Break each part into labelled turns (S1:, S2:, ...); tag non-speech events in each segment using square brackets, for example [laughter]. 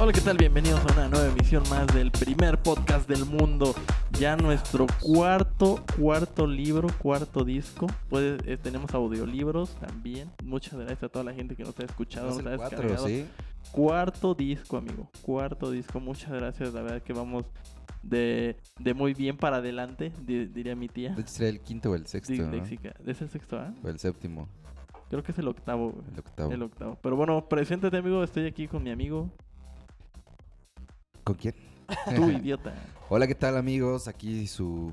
S1: Hola, ¿qué tal? Bienvenidos a una nueva emisión más del primer podcast del mundo. Ya nuestro cuarto, cuarto libro, cuarto disco. Pues, eh, tenemos audiolibros también. Muchas gracias a toda la gente que nos ha escuchado, nos ha descargado. Cuarto disco, amigo. Cuarto disco. Muchas gracias. La verdad que vamos de, de muy bien para adelante, di- diría mi tía.
S2: De hecho, sería el quinto o el sexto, ¿no?
S1: Disléxica. ¿Es el sexto, ah?
S2: O el séptimo,
S1: Creo que es el octavo, güey.
S2: el octavo.
S1: El octavo. Pero bueno, preséntate, amigo. Estoy aquí con mi
S2: [laughs]
S1: amigo.
S2: ¿Con quién?
S1: [laughs] Tú, idiota.
S2: [laughs] Hola, ¿qué tal, amigos? Aquí su,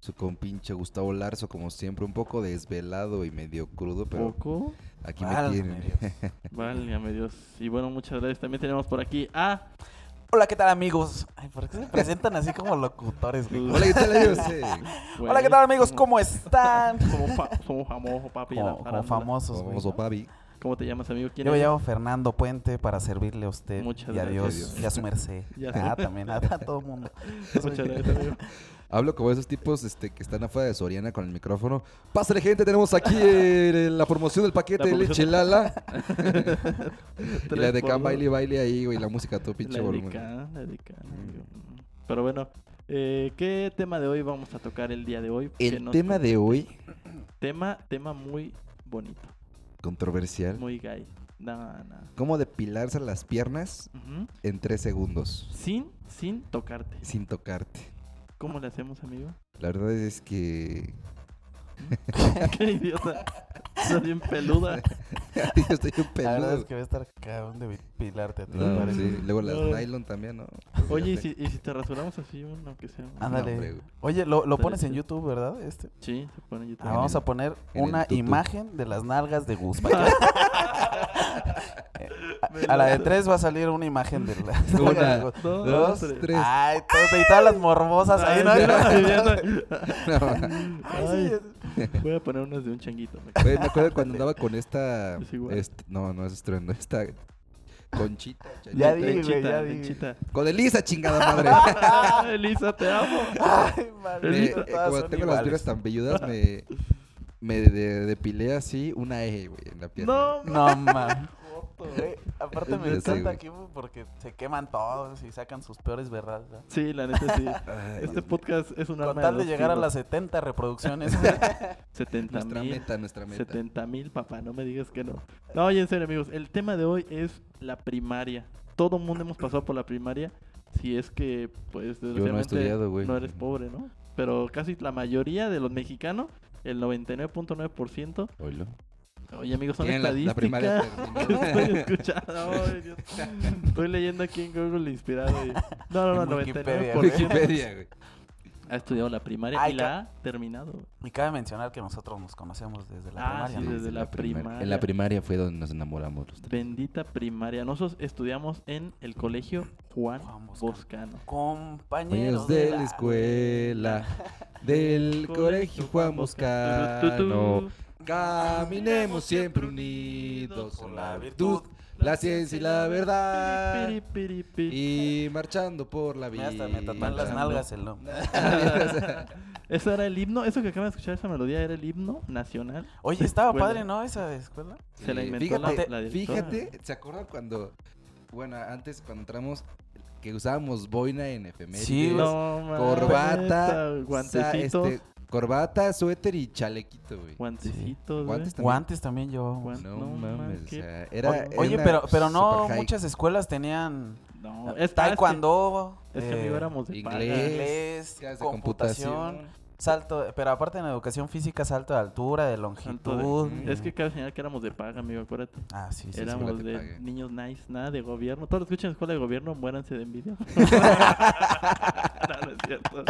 S2: su compinche Gustavo Larzo, como siempre, un poco desvelado y medio crudo, pero
S1: Poco.
S2: aquí me
S3: Válgame
S2: tienen.
S3: Dios.
S1: Válgame Dios. Y bueno, muchas gracias. También tenemos por aquí a
S3: Hola, ¿qué tal amigos? Ay, ¿por qué se presentan así como locutores?
S2: [laughs]
S3: güey?
S2: Hola, ¿qué tal, amigos? Sí.
S3: Hola, ¿qué tal amigos?
S1: Como
S3: ¿Cómo
S1: [laughs]
S3: están?
S1: Somos famosos, papi. de la
S3: Como, como
S1: farándula.
S3: famosos, güey.
S2: Vamos, Opavi.
S1: ¿Cómo te llamas, amigo? ¿Quién
S3: Yo me
S1: eres?
S3: llamo Fernando Puente para servirle a usted
S1: Muchas
S3: y a
S1: gracias.
S3: Dios y a su merced.
S1: Y a su-
S3: ah, también a, a todo el mundo. Soy-
S1: [laughs] Muchas gracias,
S2: [laughs]
S1: amigo.
S2: Hablo como esos tipos este, que están afuera de Soriana con el micrófono. Pásale, gente, tenemos
S1: [laughs]
S2: aquí eh, la promoción del paquete
S1: La
S2: de leche
S1: promoción. [laughs]
S2: Lala. y la
S1: Tres
S2: de
S1: por
S2: Can
S1: dos.
S2: Baile Baile ahí, güey, la música a todo pinche
S1: La
S2: volumen. Mm.
S1: Erika, la Erika, amigo. Pero bueno, eh, ¿qué tema de hoy vamos a tocar el día de hoy? Que
S2: El
S1: nos-
S2: tema de hoy,
S1: tema, tema muy bonito,
S2: controversial.
S1: muy gay. Nada, nada.
S2: ¿Cómo depilarse las piernas en tres segundos?
S1: Sin, sin tocarte.
S2: Sin tocarte.
S1: ¿Cómo le hacemos, amigo? [laughs]
S2: La verdad es que [laughs]
S1: Qué idiota. Estás bien peluda.
S2: yo estoy un
S3: La verdad es
S2: peludo.
S3: que voy a estar cabrón de pilarte a ti.
S2: No,
S3: parece.
S2: sí. Luego las
S1: No.
S2: nylon también,
S3: [laughs]
S2: ¿no?
S1: Oye, ¿y
S2: Ya sé.
S1: si, y si te rasuramos así, bueno, aunque sea.
S3: Ah,
S2: No,
S3: Ándale.
S2: hombre, güey. [laughs]
S3: Oye, lo, lo
S1: Parece.
S3: pones en YouTube, ¿verdad? Este.
S1: Sí, se pone en YouTube.
S3: Ah, vamos
S2: el-
S3: a poner
S2: en el
S3: una
S2: tutú.
S3: imagen de las nalgas de Guzmán. [laughs]
S1: [laughs] Ah,
S3: A la de tres va a salir una imagen de las
S2: Una,
S3: nalgas de Guzmán.
S1: dos,
S2: Dos,
S1: tres.
S2: tres.
S3: Ay, todas, y todas las morbosas ahí, ¿no?
S1: Ay,
S3: Ay,
S1: ya,
S3: no.
S1: ya,
S2: No.
S3: [laughs] Ay, sí,
S1: Ay. Voy a poner unas de un changuito. me
S2: Güey, me acuerdo cuando andaba con esta...
S1: Es igual.
S2: est- no, no es estruendo. Esta conchita.
S3: Ya
S2: chanita.
S3: di, güey,
S1: Lenchita,
S3: ya di. [laughs]
S1: lenchita.
S2: Con Elisa, chingada madre.
S1: Ah, Elisa, te
S2: [laughs]
S1: amo.
S3: Ay,
S2: Me- eh,
S1: Elisa,
S3: maldito, todas
S2: cuando
S3: son
S2: tengo las piernas [laughs]
S3: iguales.
S2: tan velludas, me... Me de- de- depilé así una E, güey, en la pierna.
S1: No, ma-
S2: [laughs]
S3: No, man. Güey, eh. Aparte me
S2: Ya sé,
S3: encanta
S2: güey.
S3: aquí güey, porque se queman todos y sacan sus peores verdades. ¿verdad?
S1: Sí, la neta
S3: [laughs]
S1: sí.
S2: Ay,
S1: Este
S2: Dios mío.
S1: podcast es un arma
S3: Con tal de
S1: dos
S3: llegar a
S1: filos.
S3: las 70 reproducciones.
S1: 70
S2: Nuestra
S1: mil.
S2: meta, nuestra meta.
S1: 70 mil, papá, no me digas que no. No, oye, en serio, amigos, el tema de hoy es la primaria. Todo mundo hemos pasado por la primaria. Si es que, pues,
S2: he
S1: desgraciadamente,
S2: estudiado, güey.
S1: no eres pobre, ¿no? Pero casi la mayoría de los mexicanos, el 99.9%,
S2: Oilo.
S1: oye, amigos, son
S2: Tienen la- la
S1: estadísticas. [laughs]
S2: primaria
S1: que estoy
S2: terminada.
S1: escuchando, Ay, Dios. estoy leyendo aquí en Google inspirado. y- No, no,
S3: En
S1: no,
S3: Wikipedia,
S1: 99%
S2: [laughs] Wikipedia, güey.
S1: ha estudiado la primaria
S3: Ay,
S1: y la ha terminado.
S3: y cabe mencionar que nosotros nos conocemos desde la
S1: Ah,
S3: primaria.
S1: sí,
S3: ¿no?
S1: desde la primaria.
S2: En la primaria fue donde nos enamoramos los tres.
S1: pues, Bendita primaria. Nosotros estudiamos en el colegio Juan,
S3: Juan Boscano.
S1: Boscano.
S3: Compañeros
S2: Compañeros de la escuela, del colegio Juan Boscano, caminemos siempre unidos con la virtud, la ciencia y la verdad,
S1: Piri, piri, piri.
S2: y marchando por la
S3: Me
S2: vida.
S3: hasta me tatuan las
S2: [laughs]
S3: nalgas el nombre.
S1: Eso era el himno, eso que acaban de escuchar, esa melodía era el himno nacional.
S3: Oye, estaba
S1: Escuela.
S3: padre, ¿no? Esa escuela.
S1: Se la
S2: Eh,
S1: inventó
S2: fíjate,
S1: la, la directora.
S2: fíjate, ¿se acuerdan cuando, bueno, antes cuando entramos, que usábamos boina en efemérides?
S3: Sí, güey.
S1: No, mames,
S2: Corbata,
S1: neta,
S2: sa- este,
S1: guantecitos,
S2: corbata, suéter y chalequito, güey.
S1: guantecitos, güey.
S2: Guantes también.
S3: Guantes también llevábamos.
S1: Guan-
S2: No,
S1: No
S2: mames,
S1: mames,
S2: o
S1: qué-
S2: sea, era,
S1: Oye,
S2: era
S3: Oye,
S2: una
S3: pero, pero no
S2: super high.
S3: muchas escuelas tenían
S1: No, es-
S3: taekwondo,
S1: Es que, es que amigo
S3: eh,
S1: éramos de paga.
S2: inglés.
S3: inglés,
S2: Clases de
S3: computación, salto, pero aparte en educación física, salto de altura, de
S1: Tanto de-
S3: longitud.
S2: Mm.
S1: Es que cabe señalar que éramos de paga, amigo, acuérdate.
S3: Ah, sí, sí. sí.
S2: Era-
S1: Éramos
S2: escuela te
S1: de
S2: pague.
S1: niños nice, nada de gobierno. Todos los que escuchan escuela de gobierno, muéranse de
S2: [laughs]
S1: envidia. [laughs] no, no es cierto.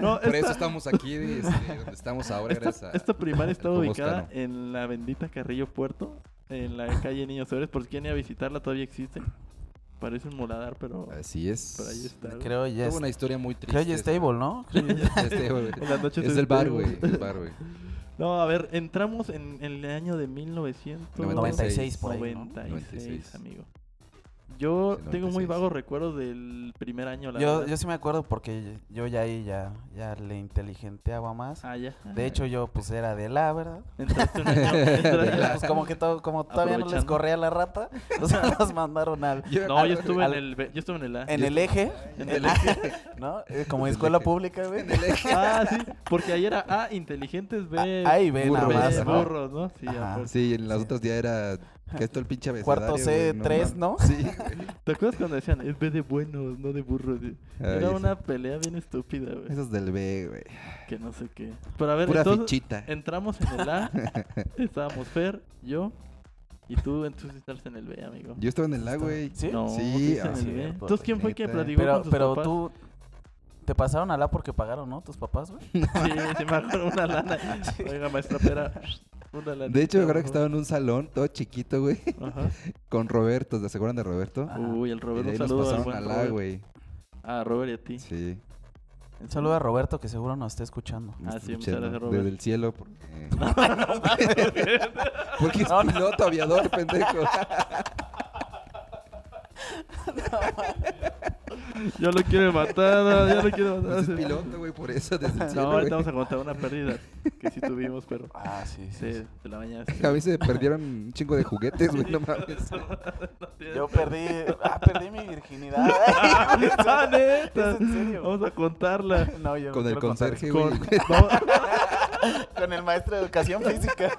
S1: No,
S2: Por eso
S1: esta,
S2: estamos aquí, de- este, donde estamos ahora,
S1: esta,
S2: gracias a...
S1: esta primaria está
S2: al
S1: ubicada
S2: Poboscano.
S1: en la bendita Carrillo Puerto, en la calle Niños Héroes. Por si quieren ir a visitarla, todavía existe. Parece un moladar, pero,
S2: Así es.
S1: pero ahí está. güey.
S3: Creo ya
S2: Tuvo
S3: es,
S2: una historia muy triste.
S3: creo ya
S2: [laughs]
S3: stable, ¿no? Creo ya-
S2: Este, güey.
S1: [laughs] En las noches
S2: es
S1: de
S2: el bar,
S1: Stable.
S2: güey. El bar, güey.
S1: [laughs] No, a ver, entramos en, en el año de 1996,
S3: 96 por ahí, ¿no?
S1: 96,
S2: 96.
S1: amigo. Yo
S2: Sí,
S1: tengo muy
S2: 96.
S1: vagos recuerdos del primer año. La
S3: Yo,
S1: verdad.
S3: yo sí me acuerdo porque yo ya ahí ya, ya le inteligenteaba más.
S1: Ah, ya.
S3: De hecho, yo pues era de
S2: [laughs]
S3: la, ¿verdad?
S1: [laughs] Entraste un
S3: [laughs]
S1: año- entraste-
S2: la-
S3: Pues como que todo, como todavía no les
S1: Aprovechando.
S3: corría la rata, [laughs] o sea, los mandaron al
S2: Yo me
S1: No, yo
S2: acuerdo-
S1: estuve en
S3: al-
S1: el, B- yo estuve en el A.
S3: en el eje,
S1: En
S3: [laughs]
S2: el
S3: ¿no? Eh, Como
S2: En el
S3: escuela
S2: eje.
S1: [laughs]
S3: pública,
S2: [laughs]
S3: güey.
S2: En el eje.
S1: Ah, sí, porque ahí era A, inteligentes, B,
S3: A- ahí ven nada
S2: burros,
S3: más,
S1: B,
S2: ¿no?
S1: burros, ¿no? Sí, pues.
S3: Ajá.
S1: a fuerza.
S2: Sí, en las
S3: Sí.
S2: otras ya era que esto el pinche abecedario.
S3: Cuarto C,
S2: güey, mames.
S3: tres, ¿no?
S2: Sí.
S1: ¿Te acuerdas cuando decían, es B de buenos, no de burros? güey"? Era
S2: Ay,
S1: una pelea bien estúpida, güey.
S2: Esos del B, güey.
S1: Que no sé qué. Pero a ver,
S2: Pura
S1: entonces,
S2: fichita.
S1: entramos en el
S3: [laughs]
S1: A, estábamos Fer, yo, y tú, entonces estás en el B, amigo.
S2: Yo estaba en
S3: Ah,
S2: el A, güey.
S3: ¿Sí?
S1: No,
S2: Sí,
S1: sí,
S2: ah,
S1: en el B.
S3: cierto,
S1: Entonces, ¿quién fue que
S2: neta.
S1: platicó con
S3: Pero,
S1: tus
S3: pero
S1: papás?
S3: tú te pasaron a la porque pagaron, ¿no? Tus
S1: [laughs]
S3: papás, güey.
S1: [laughs] Sí, se me acuerdo una [laughs] lana.
S3: Sí.
S1: Oiga, maestra Pera, una lana.
S2: De hecho, me acuerdo que estaba en un salón, todo chiquito, güey, [laughs]
S1: Ajá.
S2: con Roberto, ¿se acuerdan de Roberto?
S3: Ajá.
S1: Uy, el
S2: Y
S1: Robert,
S2: de
S1: Ah, un saludo
S2: Ah, eh, ahí nos
S1: al
S2: pasaron
S1: buen
S2: al A,
S1: Robert.
S2: güey.
S1: Ah, Robert y a ti.
S2: Sí.
S3: Un saludo
S1: [laughs]
S3: a Roberto que seguro nos está escuchando.
S1: Ah, sí, muchas
S2: Chelo,
S1: gracias,
S2: Desde
S1: Robert.
S2: el
S1: [laughs]
S2: cielo, porque... porque es piloto aviador,
S1: [laughs]
S2: pendejo. [laughs]
S1: Yo lo quiero matar, yo lo quiero matar.
S2: Es piloto, güey, por eso, desde el
S1: No,
S2: cielo, güey.
S1: ahorita vamos a contar una pérdida que sí tuvimos,
S2: [laughs]
S1: pero
S3: Ah, sí,
S1: sí,
S3: sí. sí.
S1: te la bañaste.
S2: A mí se perdieron un chingo de juguetes, güey,
S1: [laughs]
S2: no mames.
S3: Yo perdí, ah, perdí
S1: [laughs]
S3: mi virginidad.
S1: Ah, [laughs] neta.
S3: ¿Es en serio?
S1: Vamos a contarla.
S3: No, yo no
S2: Con el
S3: quiero contar.
S2: conserje,
S1: Con-
S2: güey.
S1: vamos-
S3: Con el maestro de educación física.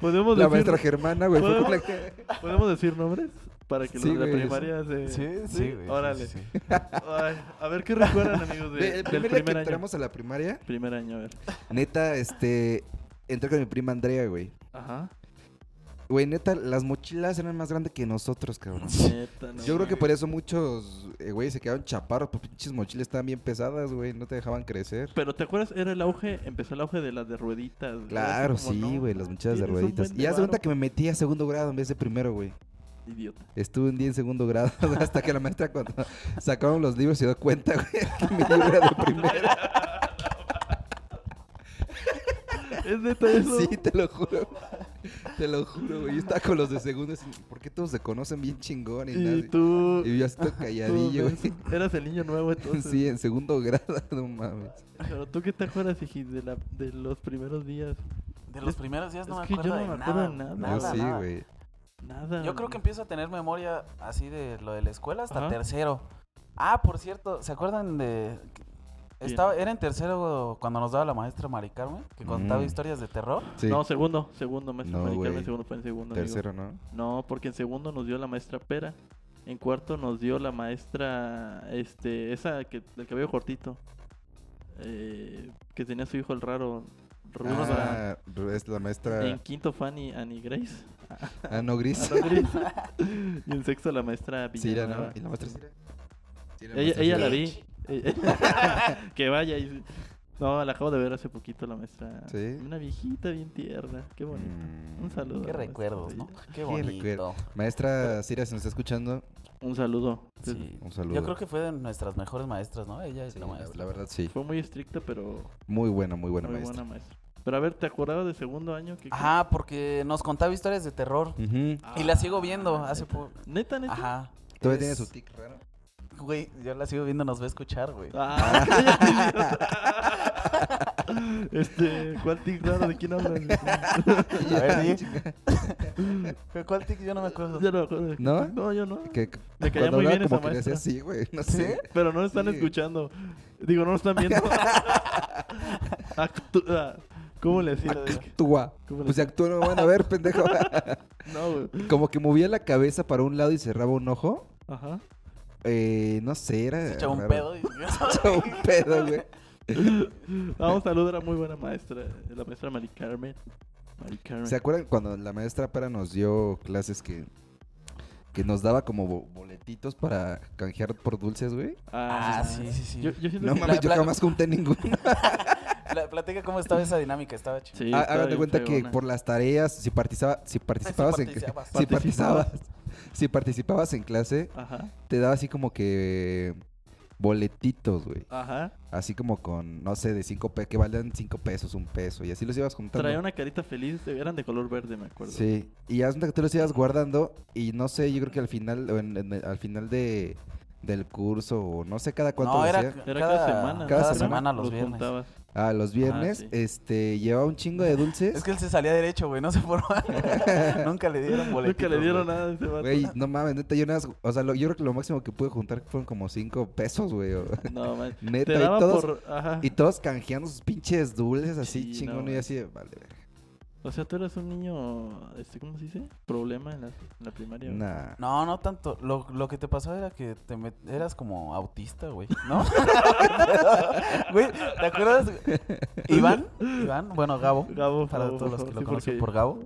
S1: podemos,
S2: La
S1: decir,
S2: maestra germana, güey, fue con la que...
S1: podemos decir nombres para que
S2: Sí,
S1: los de
S2: güey,
S1: primaria se. Órale.
S3: sí, sí.
S1: Ay, a ver qué recuerdan, amigos, de-
S2: Ve,
S1: del
S2: El primer
S1: primer,
S2: día que
S1: año.
S2: entramos a la primaria,
S1: Primer año, a ver.
S2: neta, este... Entré con mi prima Andrea, güey.
S1: Ajá.
S2: Güey, neta, las mochilas eran más grandes que nosotros, cabrón.
S1: Neta, no.
S2: Yo creo que por eso muchos, eh, güey, se quedaron chaparros, porque pinches mochilas estaban bien pesadas, güey, no te dejaban crecer.
S1: Pero te acuerdas, era el auge, empezó el auge de las de rueditas. güey,
S2: Claro,
S1: así como,
S2: sí,
S1: no,
S2: güey, las mochilas de
S1: tienes un
S2: rueditas.
S1: buen
S2: Y
S1: de
S2: haz de cuenta
S1: varo.
S2: que me metí a segundo grado en vez de primero, güey.
S1: Idiota.
S2: Estuve un día en segundo grado [laughs] hasta que la maestra cuando sacaron los libros se dio cuenta, güey, [laughs] que mi libro era
S1: [laughs]
S2: de primero.
S1: Es neta eso.
S2: [laughs] Sí, te lo juro. Te lo juro, güey. Yo estaba con los de segundo, así, ¿por qué todos se conocen bien chingón y,
S1: y
S2: nadie?
S1: tú.
S2: Y yo así
S1: [laughs]
S2: todo
S1: tú,
S2: calladillo,
S1: menso,
S2: güey.
S1: Eras el niño nuevo entonces.
S2: Sí, en segundo [laughs] grado, no mames.
S1: Pero tú qué te acuerdas, Iji, de, la, de los primeros días.
S3: De los
S1: Es-
S3: primeros días no
S1: es
S3: me
S1: que
S3: acuerdo
S1: yo no
S3: de
S1: me
S3: nada.
S1: acuerdo de nada.
S2: Yo sí,
S3: nada.
S2: güey.
S1: Nada.
S3: Yo creo que empiezo a tener memoria así de lo de la escuela hasta
S1: Ajá.
S3: tercero. Ah, por cierto, ¿se acuerdan de...? Estaba, era en tercero cuando nos daba la maestra Mari Carmen, que contaba
S2: Mm.
S3: historias de terror.
S2: Sí.
S1: No, segundo, segundo, maestra
S2: No,
S1: Mari Carmen,
S2: güey.
S1: segundo fue en segundo. amigo.
S2: Tercero, ¿no?
S1: No, porque en segundo nos dio la maestra Pera. En cuarto nos dio la maestra, este, esa que, del cabello cortito. eh, que tenía su hijo el raro. Rubra.
S2: Ah, es la
S1: En
S2: maestra
S1: quinto fue Annie, Annie Grace.
S2: Ano Gris.
S1: Ana Gris. y en sexto la maestra
S2: Cira,
S1: Villanueva.
S2: ¿no? Y la maestra Cira. Sí, la
S1: Ella,
S2: maestra
S1: ella la
S2: Cira.
S1: vi. [laughs] Eh, [laughs] que vaya. y- No, la acabo de ver hace poquito la maestra.
S2: Sí.
S1: Una viejita bien tierna. Qué bonito.
S2: Mm.
S1: Un saludo.
S3: Qué
S1: a la maestra
S3: recuerdos, ¿no?
S1: Cira.
S3: Qué
S2: recuerdo.
S3: bonito.
S2: Maestra Cira, si nos está escuchando,
S1: Un saludo.
S3: Sí.
S2: un saludo.
S3: Yo creo que fue de nuestras mejores maestras, ¿no? Ella es
S2: Sí,
S3: la
S2: la,
S3: maestra.
S2: la verdad sí.
S1: Fue muy estricta, pero
S2: Muy buena, muy buena
S1: muy
S2: maestra.
S1: buena maestra. Pero a ver, ¿te acordabas de segundo año? Que
S3: Ajá, porque nos contaba historias de terror.
S2: Ujú.
S1: Ah,
S3: Y la sigo viendo hace
S1: neta.
S3: poco.
S1: ¿Neta, neta?
S3: Ajá.
S2: Todavía
S3: Es-
S2: tiene su tic raro.
S1: [laughs]
S3: Güey, yo la sigo viendo, nos va a escuchar, güey.
S1: Ah, [laughs] cállate, idiota. este, ¿cuál tic raro? ¿De quién
S2: [laughs]
S1: [laughs] hablan?
S3: A ver, di. ¿Pero ¿Cuál tic? Yo no me acuerdo.
S1: Yo no me acuerdo de qué
S2: ¿No?
S1: tic. No, yo no.
S2: Que,
S1: Me caía
S2: cuando
S1: muy
S2: hablaba
S1: bien
S2: como
S1: esa
S2: que le hacía
S1: maestra.
S2: así, güey. No
S3: ¿Sí?
S2: sé.
S1: Pero no lo están
S2: Sí.
S1: escuchando. Digo, no lo están
S2: [laughs]
S1: viendo. Actúa. ¿Cómo le decía?
S2: Actúa.
S1: ¿Cómo le
S2: Pues si
S1: decía?
S2: actúa no me van a ver,
S1: [laughs]
S2: [laughs] pendejo.
S1: No, güey.
S2: como que movía la cabeza para un lado y cerraba un ojo. [laughs]
S1: Ajá.
S2: Eh, no sé, era.
S3: Se echaba un
S2: raro. [laughs]
S3: pedo. Y... [laughs]
S2: Echaba un pedo, güey.
S1: Vamos a saludar a muy buena maestra, la maestra Mari Carmen. Mari Carmen.
S2: ¿Se acuerdan cuando la maestra Pera nos dio clases que, que nos daba como bo- boletitos para canjear por dulces, güey?
S3: Ah, sí, sí, sí.
S1: Yo, yo siento
S2: No
S1: que...
S2: mames,
S3: la-
S2: yo
S3: la-
S2: jamás junté ninguno.
S3: Pla- platica cómo estaba esa dinámica, estaba
S2: [laughs]
S3: chido.
S1: Sí,
S2: Ah,
S1: estaba
S2: Hagan de
S1: bien
S2: cuenta que
S1: fregona.
S2: por las tareas, si, participa- si participabas en
S3: participabas.
S2: [laughs] si participabas, si participabas en clase,
S1: Ajá.
S2: te daba así como que boletitos, güey.
S1: Ajá.
S2: Así como con, no sé, de cinco pesos, que valían cinco pesos, un peso. Y así los ibas juntando.
S1: Traía una carita feliz, eran de color verde, me acuerdo.
S2: Sí, y ya que tú los ibas guardando y no sé, yo creo que al final, o en- en- al final de, del curso, o no sé cada cuánto
S3: No,
S2: lo
S3: era-
S2: hacían.
S1: Era cada,
S3: Cada-
S1: semana.
S2: cada
S1: ¿no?
S3: semana los viernes.
S1: juntabas.
S2: Ah, los viernes,
S1: sí.
S2: este, llevaba un chingo de dulces.
S3: Es que él se salía derecho, güey, no se formó. [laughs] Nunca le dieron boletos.
S1: Nunca le dieron nada a ese vato.
S2: Güey, no mames, neta, yo nada, más- o sea, lo- yo creo que lo máximo que pude juntar fueron como cinco pesos, güey. o- [laughs]
S1: No, man.
S2: Neta,
S1: Te
S2: y
S1: daba
S2: todos,
S1: por... Ajá.
S2: y todos canjeando sus pinches dulces así
S1: Sí,
S2: chingón
S1: no,
S2: y así, de, vale, verga.
S1: O sea, tú eras un niño, este, ¿cómo se dice? Problema en la, en la primaria. güey.
S2: Nah.
S3: No, no tanto. Lo, lo que te pasó era que te met- eras como autista, güey. ¿No? [laughs] güey, ¿te acuerdas? Iván, Iván, bueno, Gabo.
S1: Gabo,
S3: Para
S1: Gabo,
S3: todos los que
S1: Gabo,
S3: lo
S1: sí,
S3: conocen
S1: porque
S3: por Gabo.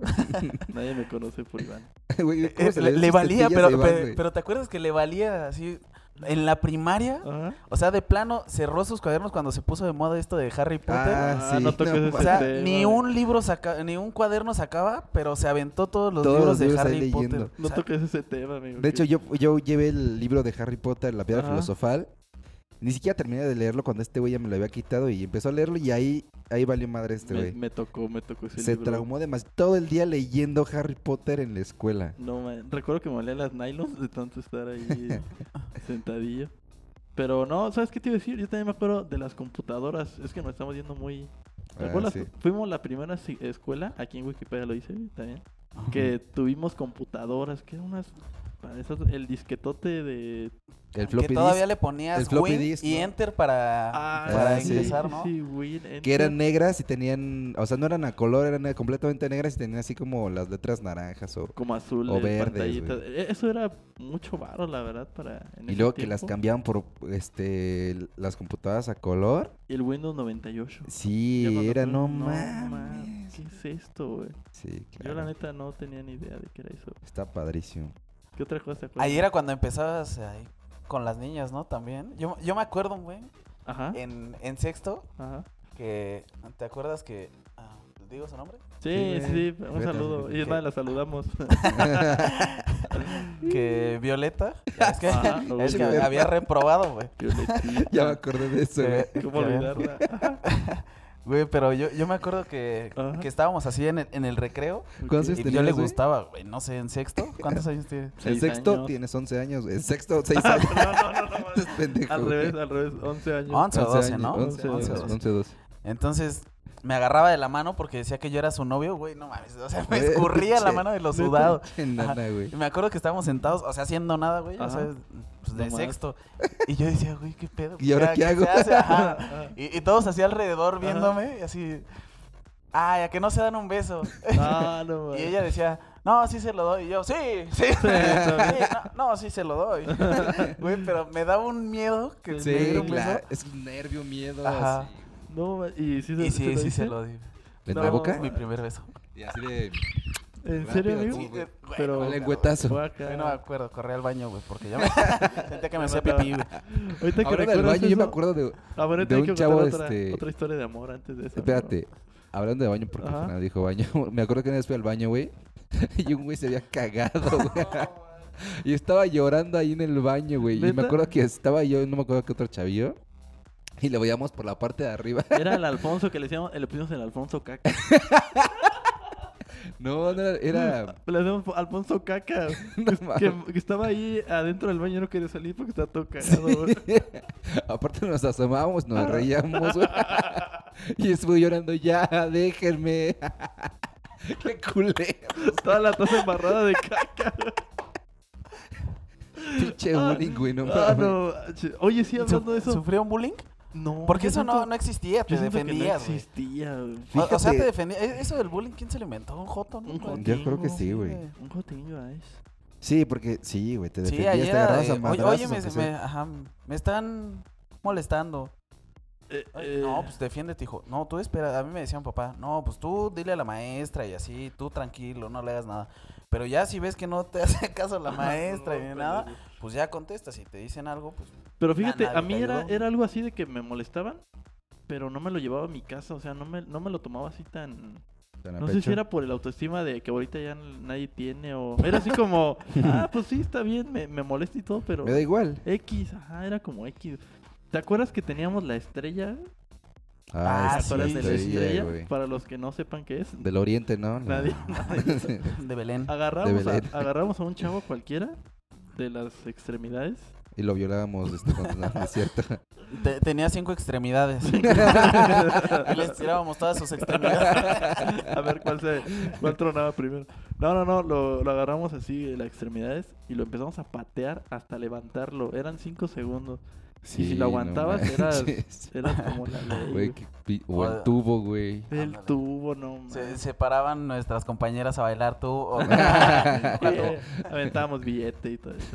S1: Nadie me conoce por Iván.
S2: [laughs] Güey, ¿cómo
S3: [laughs] Eh,
S2: se
S3: Le,
S2: ven
S3: le
S2: sus
S3: valía,
S2: tetillas
S3: pero,
S2: a Iván,
S3: pe-
S2: güey?
S3: pero ¿te acuerdas que le valía así? En la primaria,
S1: Ajá.
S3: o sea, de plano, cerró sus cuadernos cuando se puso de moda esto de Harry Potter.
S2: Ah,
S1: Ah,
S2: sí.
S1: no toques
S2: no,
S1: ese
S3: O sea,
S1: Este,
S3: ni
S1: no,
S3: un libro saca, ni un cuaderno sacaba, pero se aventó todos los
S2: Todos
S3: libros
S2: los
S3: de
S2: libros ahí
S3: Harry Potter.
S2: leyendo.
S1: No
S3: O sea,
S1: toques ese tema, amigo.
S2: De hecho,
S1: que-
S2: yo, yo llevé el libro de Harry Potter, La Piedra
S1: Ajá.
S2: Filosofal. Ni siquiera terminé de leerlo cuando este güey ya me lo había quitado y empezó a leerlo y ahí, ahí valió madre este
S1: me,
S2: güey.
S1: me tocó, me tocó ese
S2: Se
S1: libro.
S2: traumó demasiado. Todo el día leyendo Harry Potter en la escuela.
S1: No, man. Recuerdo que me olía las nylons de tanto estar
S3: [laughs]
S1: ahí sentadillo. Pero no, ¿sabes qué te iba a decir? Yo también me acuerdo de las computadoras. Es que nos estamos yendo muy... ¿Te
S2: Ah,
S1: acuerdas?
S2: sí.
S1: Fuimos la primera si- escuela, aquí en Wikipedia lo hice también, que tuvimos computadoras, que eran unas... para esas- el disquetote de...
S2: El
S3: que
S2: floppy
S3: todavía
S2: disk,
S3: le
S2: el
S3: ponías
S2: floppy
S3: Win
S2: disk,
S3: y
S2: ¿no?
S3: Enter para, para
S2: Ah, sí,
S3: ingresar, ¿no?
S1: Sí, Win, Enter.
S2: que eran negras y tenían, o sea, no eran a color, eran completamente negras y tenían así como las letras naranjas o...
S1: Como azul,
S2: O
S1: eh,
S2: verdes,
S1: pantallitas. Eh, Eso era mucho varo, la verdad, para... en
S2: Y
S1: ese
S2: luego que las
S1: tiempo.
S2: cambiaban por este las computadoras a color.
S1: Y el Windows 98. Ya
S2: Sí,
S1: cuando
S2: era
S1: fue,
S2: no
S1: mames,
S2: mames.
S1: ¿Qué es esto, güey?
S2: Sí,
S1: Yo
S2: claro.
S1: la neta no tenía ni idea de qué era eso.
S2: Está padrísimo.
S1: ¿Qué otra cosa te acuerdas?
S3: Ahí era cuando empezabas ahí con las niñas, ¿no? También. Yo, yo me acuerdo, güey,
S2: ¿Ah?
S1: Ajá,
S3: en, en sexto,
S1: ajá.
S3: que. ¿Te acuerdas que. ah, ¿Digo su nombre?
S1: Sí,
S2: güey.
S1: sí, sí, un
S2: Vete,
S1: saludo.
S2: vete.
S1: Y es más, la
S2: [laughs]
S1: saludamos. [laughs]
S3: Que
S2: [laughs]
S3: Violeta. Es que,
S1: Mm.
S3: [laughs]
S1: Ajá,
S3: es que
S1: Violeta.
S3: había reprobado, güey.
S1: Violetita.
S2: Ya me acordé de eso, güey.
S3: Que-
S1: ¿Cómo
S3: que-
S2: [laughs]
S1: olvidarla? Ajá,
S3: Güey, pero yo, yo me acuerdo que,
S1: Ajá.
S3: que estábamos así en el, en el recreo.
S2: ¿Cuántos
S1: ok.
S2: años
S3: Y yo le
S2: tenías, güey?
S3: gustaba, güey, no sé, en sexto. ¿Cuántos años tiene?
S2: En
S1: Seis
S2: sexto
S1: años.
S2: tienes 11 años. güey. En sexto, 6 años.
S1: [laughs] No, no, no,
S2: [laughs]
S1: no.
S2: Estás pendejo,
S1: Al
S2: güey.
S1: revés, al revés. 11 años. [laughs]
S3: 11 o 12,
S2: años,
S3: ¿no?
S2: 11,
S1: 11 o
S2: 12. 11, 12.
S3: Entonces me agarraba de la mano porque decía que yo era su novio, güey, no mames. O sea, me
S2: Güey,
S3: escurría la
S2: che,
S3: mano de los
S2: neta.
S3: sudados.
S2: Enana, güey.
S3: Y me acuerdo que estábamos sentados, o sea, haciendo nada, güey, o
S1: Ajá.
S3: sea, pues, de
S1: No más.
S3: sexto. Y yo decía, güey, qué pedo.
S2: ¿Y ahora
S3: Ya,
S2: qué hago?
S3: se
S2: [laughs]
S3: hace? Ajá.
S1: Ajá.
S3: Y, y todos así alrededor
S1: Ajá.
S3: viéndome, y así, ay, a que no se dan
S2: [laughs]
S3: un beso. [laughs]
S1: Ah, no,
S3: Y
S1: güey.
S3: ella decía, no, sí se lo doy. Y yo, sí,
S2: [laughs]
S3: sí. [laughs] sí,
S1: está bien.
S3: no, no, sí se lo doy. [laughs] Güey, pero me daba un miedo que
S1: Sí,
S3: me diera
S2: Sí,
S3: un beso.
S2: claro. Es un nervio, miedo.
S3: Ajá.
S2: así.
S1: No, ma- y sí se,
S3: Y sí, sí se
S1: dice?
S3: lo di.
S2: ¿En
S1: No,
S2: la
S3: Fue
S2: boca?
S3: Mi primer beso.
S2: Y así de.
S1: ¿En serio,
S2: Rápido,
S1: amigo?
S2: tú, güey.
S3: Güey,
S1: Pero-
S3: no,
S1: Al
S2: lengüetazo.
S1: Fue acá.
S3: Yo no me acuerdo, corrí al baño, güey,
S1: [laughs]
S3: porque yo me sentía que me hacía pipí, güey.
S1: Ahorita que
S2: Hablando del
S1: recuerdas
S2: baño, yo me
S1: eso-
S2: acuerdo de.
S1: Ah, bueno,
S2: de
S1: tengo
S2: un
S1: que contar
S2: chavo,
S1: otra,
S2: este-
S1: otra historia de amor antes de eso. amigo.
S2: Espérate, hablando de baño, porque
S1: Ajá.
S2: Fernando dijo baño. [laughs] Me acuerdo que una vez fui al baño, güey. [laughs] Y un güey se había
S1: [laughs]
S2: cagado, güey. Y estaba llorando ahí en el baño, güey. Y me
S1: ¿Neta?
S2: acuerdo que estaba yo, no me acuerdo qué otro chavillo. Y le veíamos por la parte de arriba. [laughs]
S1: Era el Alfonso que le decíamos, eh, le pusimos el Alfonso Caca.
S2: No, no era.
S1: [laughs]
S2: era-
S1: Le decíamos Alfonso Caca.
S2: [laughs]
S1: Pues,
S2: no mames.
S1: Que, que estaba ahí adentro del baño y no quería salir porque estaba todo cagado. güey.
S2: Aparte nos asomábamos,
S1: Ah.
S2: nos reíamos,
S1: [laughs]
S2: güey. Y estuve llorando, ya, déjenme. [laughs] Qué culero.
S1: Estaba la taza embarrada de caca.
S2: Pinche bullying, güey, no
S1: Ah,
S2: mames.
S1: no. ch- Oye, sí, hablando de
S3: Su-
S1: eso.
S3: ¿Sufrió un bullying?
S1: No.
S3: Porque
S1: yo
S3: eso no,
S1: siento-
S3: no existía, te
S1: yo siento que no
S3: defendías, güey.
S1: existía, güey.
S3: O- O sea,
S2: Fíjate.
S3: te defendía. e- Eso del bullying, ¿quién se lo inventó? ¿Un joto? no?
S1: Un
S3: Güey.
S1: joto.
S2: Yo creo que sí, güey.
S1: Un ¿eh? jotinho, ay.
S2: Sí, porque sí, güey, te
S3: Sí,
S2: defendías,
S3: ayer.
S2: te agarrabas
S3: eh,
S2: a
S3: oye,
S2: madrazos,
S3: oye, me,
S2: aunque sea.
S3: me- ajá, me están molestando.
S1: Eh,
S3: Ay,
S1: eh,
S3: No, pues defiéndete, hijo. No, tú espera. A mí me decían, papá, no, pues tú dile a la maestra y así, tú tranquilo, no le hagas nada. Pero ya si ves que no te [laughs] hace caso
S1: [laughs]
S3: la maestra ni
S1: Ah, no,
S3: nada,
S1: pendejo.
S3: pues ya contestas. Si te dicen algo, pues. [laughs]
S1: Pero fíjate,
S3: nadie
S1: a
S3: te
S1: mí era,
S3: ayudó.
S1: era algo así de que me molestaban, pero no me lo llevaba a mi casa. O sea, no me, no me lo tomaba así tan.
S2: Tan a
S1: No sé
S2: pecho.
S1: si era por el autoestima de que ahorita ya n- nadie tiene o... [laughs] Era así como, ah, pues sí, está bien, me, me molesta y todo, pero...
S2: Me da igual.
S1: X, ajá, era como X. ¿Te acuerdas que teníamos la estrella?
S3: Ah,
S2: Ah,
S1: ¿Te
S2: sí,
S1: acuerdas de la
S2: estrella,
S1: estrella?
S2: güey.
S1: Para los que no sepan qué es,
S2: [laughs] Del oriente, ¿no? La-
S1: nadie. nadie sabe.
S3: De Belén.
S1: Ah. agarramos, a,
S2: Belén.
S1: agarramos a un chavo cualquiera de las extremidades.
S2: [laughs] y lo violábamos, este, no, no, no
S1: [laughs]
S2: es cierto.
S3: Te- tenía cinco extremidades. y les tirábamos todas sus extremidades.
S1: A ver cuál se cuál tronaba primero. No, no, no, lo, lo agarramos así de las extremidades y lo empezamos a patear hasta levantarlo. Eran cinco segundos. si lo
S2: no
S1: aguantabas,
S2: [laughs] manches.
S1: Era como la ley.
S2: [laughs] Güey,
S1: güey.
S2: qué pi- o
S1: Ah.
S2: el tubo, güey.
S1: El tubo, no
S3: Se,
S1: mames.
S3: se paraban nuestras compañeras a bailar tú.
S1: [laughs]
S3: o-
S1: Eh, [laughs] Aventábamos billete y todo eso.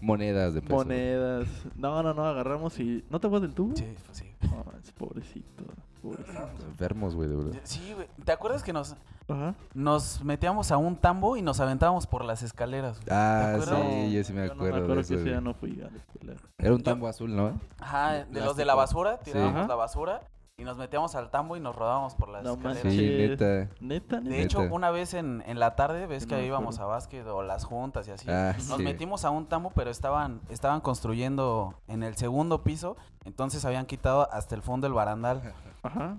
S2: Monedas de peso.
S1: Monedas. No, no, no, agarramos y. ¿No te acuerdas del tubo?
S3: Sí, pues sí.
S1: No, es pobrecito. Pobrecito.
S2: Enfermos, güey, de verdad.
S3: Sí, güey. ¿Te acuerdas que nos,
S1: Ajá.
S3: nos metíamos a un tambo y nos aventábamos por las escaleras? güey?
S2: Ah,
S3: ¿Te acuerdas?
S2: sí, yo sí me
S1: Yo no me
S2: acuerdo. de
S1: acuerdo
S2: eso,
S1: que ese
S2: güey.
S1: ya no fui a la escuela.
S2: Era un tambo azul, ¿no?
S3: Ajá, de los de
S2: Plástico.
S3: la basura, tirábamos
S1: Ajá.
S3: la basura y nos metíamos al tambo y nos rodábamos por las
S1: No
S3: escaleras.
S1: manches.
S2: Sí,
S1: Sí.
S2: neta.
S1: Neta,
S3: De
S1: neta.
S3: hecho,
S2: Neta.
S3: una vez en, en la tarde, ves
S1: Sí,
S3: que
S1: no me
S3: íbamos a
S1: acuerdo.
S3: básquet o las juntas y así.
S2: Ah,
S3: Nos
S2: sí.
S3: metimos a un tambo, pero estaban, estaban construyendo en el segundo piso, entonces habían quitado hasta el fondo el barandal.
S1: Ajá.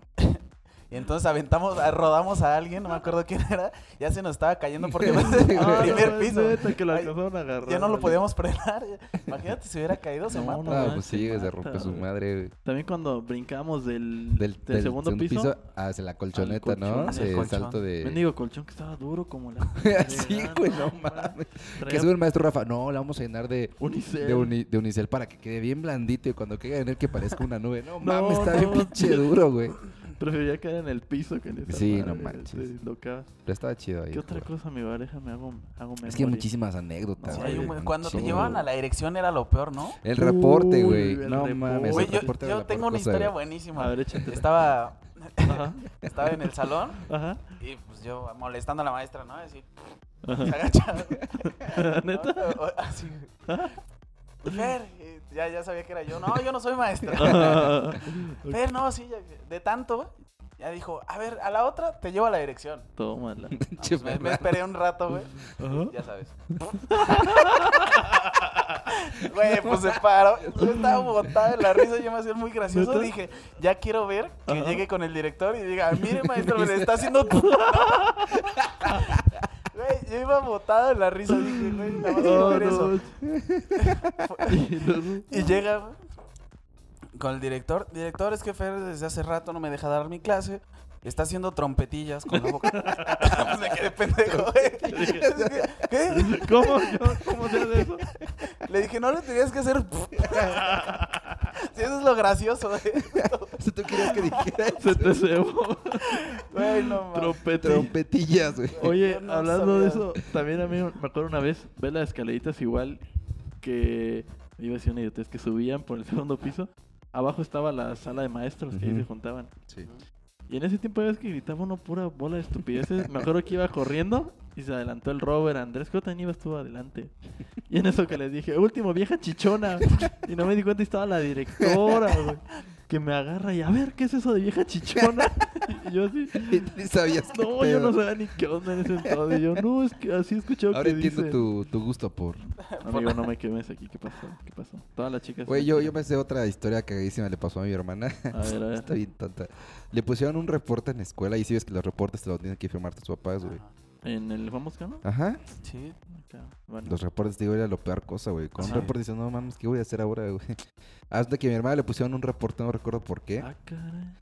S3: Y entonces aventamos, a- rodamos a alguien, no me acuerdo quién era, ya se nos estaba cayendo porque
S2: Sí,
S3: [laughs] no el
S2: güey.
S1: Ah, no
S3: primer
S1: mames,
S3: piso.
S1: neta, que lo
S3: Ay,
S1: alcanzaron a agarrar.
S3: Ya no lo
S1: güey.
S3: podíamos frenar. [laughs] Imagínate si hubiera caído, se
S1: No,
S3: mata.
S1: no.
S2: Ah,
S1: manches,
S2: pues sí, güey, se
S1: mata,
S2: rompe su
S1: güey.
S2: madre, güey.
S1: También cuando brincamos del,
S2: Del,
S1: del,
S2: del
S1: segundo, piso.
S2: hacia la colchoneta,
S1: colchón,
S2: ¿no?
S1: al
S2: Sí, el
S3: colchón.
S2: salto de.
S1: Mendigo colchón que estaba duro como la.
S2: eh. [laughs] sí, güey, no mames. Que
S1: Traía
S2: sube el maestro Rafa. No, la vamos a llenar de,
S1: unicel.
S2: de, uni- de unicel para que quede bien blandito y cuando caiga en él que parezca una nube. No,
S1: [laughs] No,
S2: mames, está bien
S1: no.
S2: pinche duro, güey.
S1: Preferiría caer en el piso que en esa
S2: Sí,
S1: madre, este,
S2: no manches.
S1: te dislocabas.
S2: Pero estaba chido ahí.
S1: ¿Qué otra
S2: güey.
S1: cosa, mi pareja? Me hago, hago
S2: Es que hay
S1: memoria.
S2: muchísimas anécdotas.
S1: Sí,
S3: Sí,
S2: güey,
S3: hay un-
S2: un
S3: Cuando te
S2: chingo.
S3: llevaban a la dirección era lo peor, ¿no?
S2: El
S1: Uy,
S2: reporte, güey.
S1: el
S2: No mames.
S1: reporte.
S3: Güey,
S2: el
S3: yo,
S2: reporte era
S3: yo
S2: la
S3: tengo
S2: peor
S3: una
S2: cosa,
S3: historia
S2: güey.
S1: A
S3: buenísima.
S1: ver,
S3: [laughs]
S1: échatela.
S3: Estaba,
S1: Ajá,
S3: estaba en el salón
S1: ajá.
S3: y pues yo molestando a la maestra, ¿no? Así,
S1: Ajá.
S3: se agachaba. [laughs] ¿no?
S1: [laughs] ¿Neta? ¿Ah?
S3: O- Así. Fer, eh, ya, ya sabía que era yo. No, yo no
S1: [laughs]
S3: soy maestra.
S1: Ah,
S3: Fer, no, sí, ya- de tanto, ya dijo, a ver, a la otra te llevo a la dirección. [laughs]
S1: Tómala.
S2: [laughs]
S3: No, pues, me, me esperé un
S1: [laughs]
S3: rato, güey.
S1: Ajá.
S3: Ya sabes. [laughs] Güey, pues se paró. Yo estaba botado en la risa. Yo me hacía muy gracioso.
S1: ¿Neta?
S3: Dije, ya quiero ver que
S1: Ajá.
S3: llegue con el director y diga, mire, maestro,
S1: [laughs]
S3: me le está haciendo tu. [laughs] Güey, yo iba botado en la risa. Dije, güey, nada más quiero
S1: Oh,
S3: ver
S1: no.
S3: eso.
S1: Y luego-
S3: Y llega güey, con el director. Director, es que Fer desde hace rato no me deja dar mi clase. Está haciendo trompetillas con la boca. [laughs] pues me quedé pendejo, güey. ¿Qué?
S1: [laughs] ¿Cómo? Yo- ¿Cómo se hace eso?
S3: Le dije, no le tenías que hacer. [laughs] Sí, eso es lo gracioso, güey.
S2: Si tú quieres que
S3: [laughs]
S2: dijera
S1: Se te cebó.
S3: Güey, no mames.
S1: Trompetilla.
S2: trompetillas, güey.
S1: Oye,
S3: Yo no
S1: hablando de
S3: sabía.
S1: eso, también a mí me acuerdo una vez ver las escaleritas igual que iba a decir una idiotez que subían por el [laughs] segundo piso. Abajo estaba la sala de maestros que ahí
S2: Ujú.
S1: se juntaban.
S2: Sí. [laughs]
S1: Y en ese tiempo ya ves que gritaba uno pura bola de estupideces. Me acuerdo que iba corriendo y se adelantó el Robert Andrés. Creo que también ibas tú adelante. Y en eso que les dije, último, vieja chichona. Y no me di cuenta y estaba la directora, güey. Que me agarra y a ver, ¿qué es eso de vieja chichona? Y yo así,
S2: Y ni sabías qué
S1: no, yo no
S2: pedo.
S1: sabía ni qué onda en ese entonces. Y yo, no, es que así he escuchado
S2: Ahora
S1: que
S2: entiendo
S1: dicen.
S2: tu, tu gusto por...
S1: Amigo, no me quemes aquí. ¿Qué pasó? ¿Qué pasó? Todas las chicas...
S2: Güey, yo, yo me sé otra historia cagadísima le pasó a mi hermana. [laughs]
S1: A ver, a ver.
S2: Está bien tonta. Le pusieron un reporte en la escuela y si ves que los reportes te los tienen que firmar tus papás, güey.
S1: ¿En el Juan Moscano?
S2: Ajá.
S3: Sí.
S1: Acá. Bueno.
S2: Los reportes, te digo, era lo peor cosa, güey. Con
S1: Sí.
S2: un reporte dices, no mames, ¿qué voy a hacer ahora, güey? [laughs] Hasta que a mi hermana le pusieron un reporte, no recuerdo por qué.
S1: Ah, caray.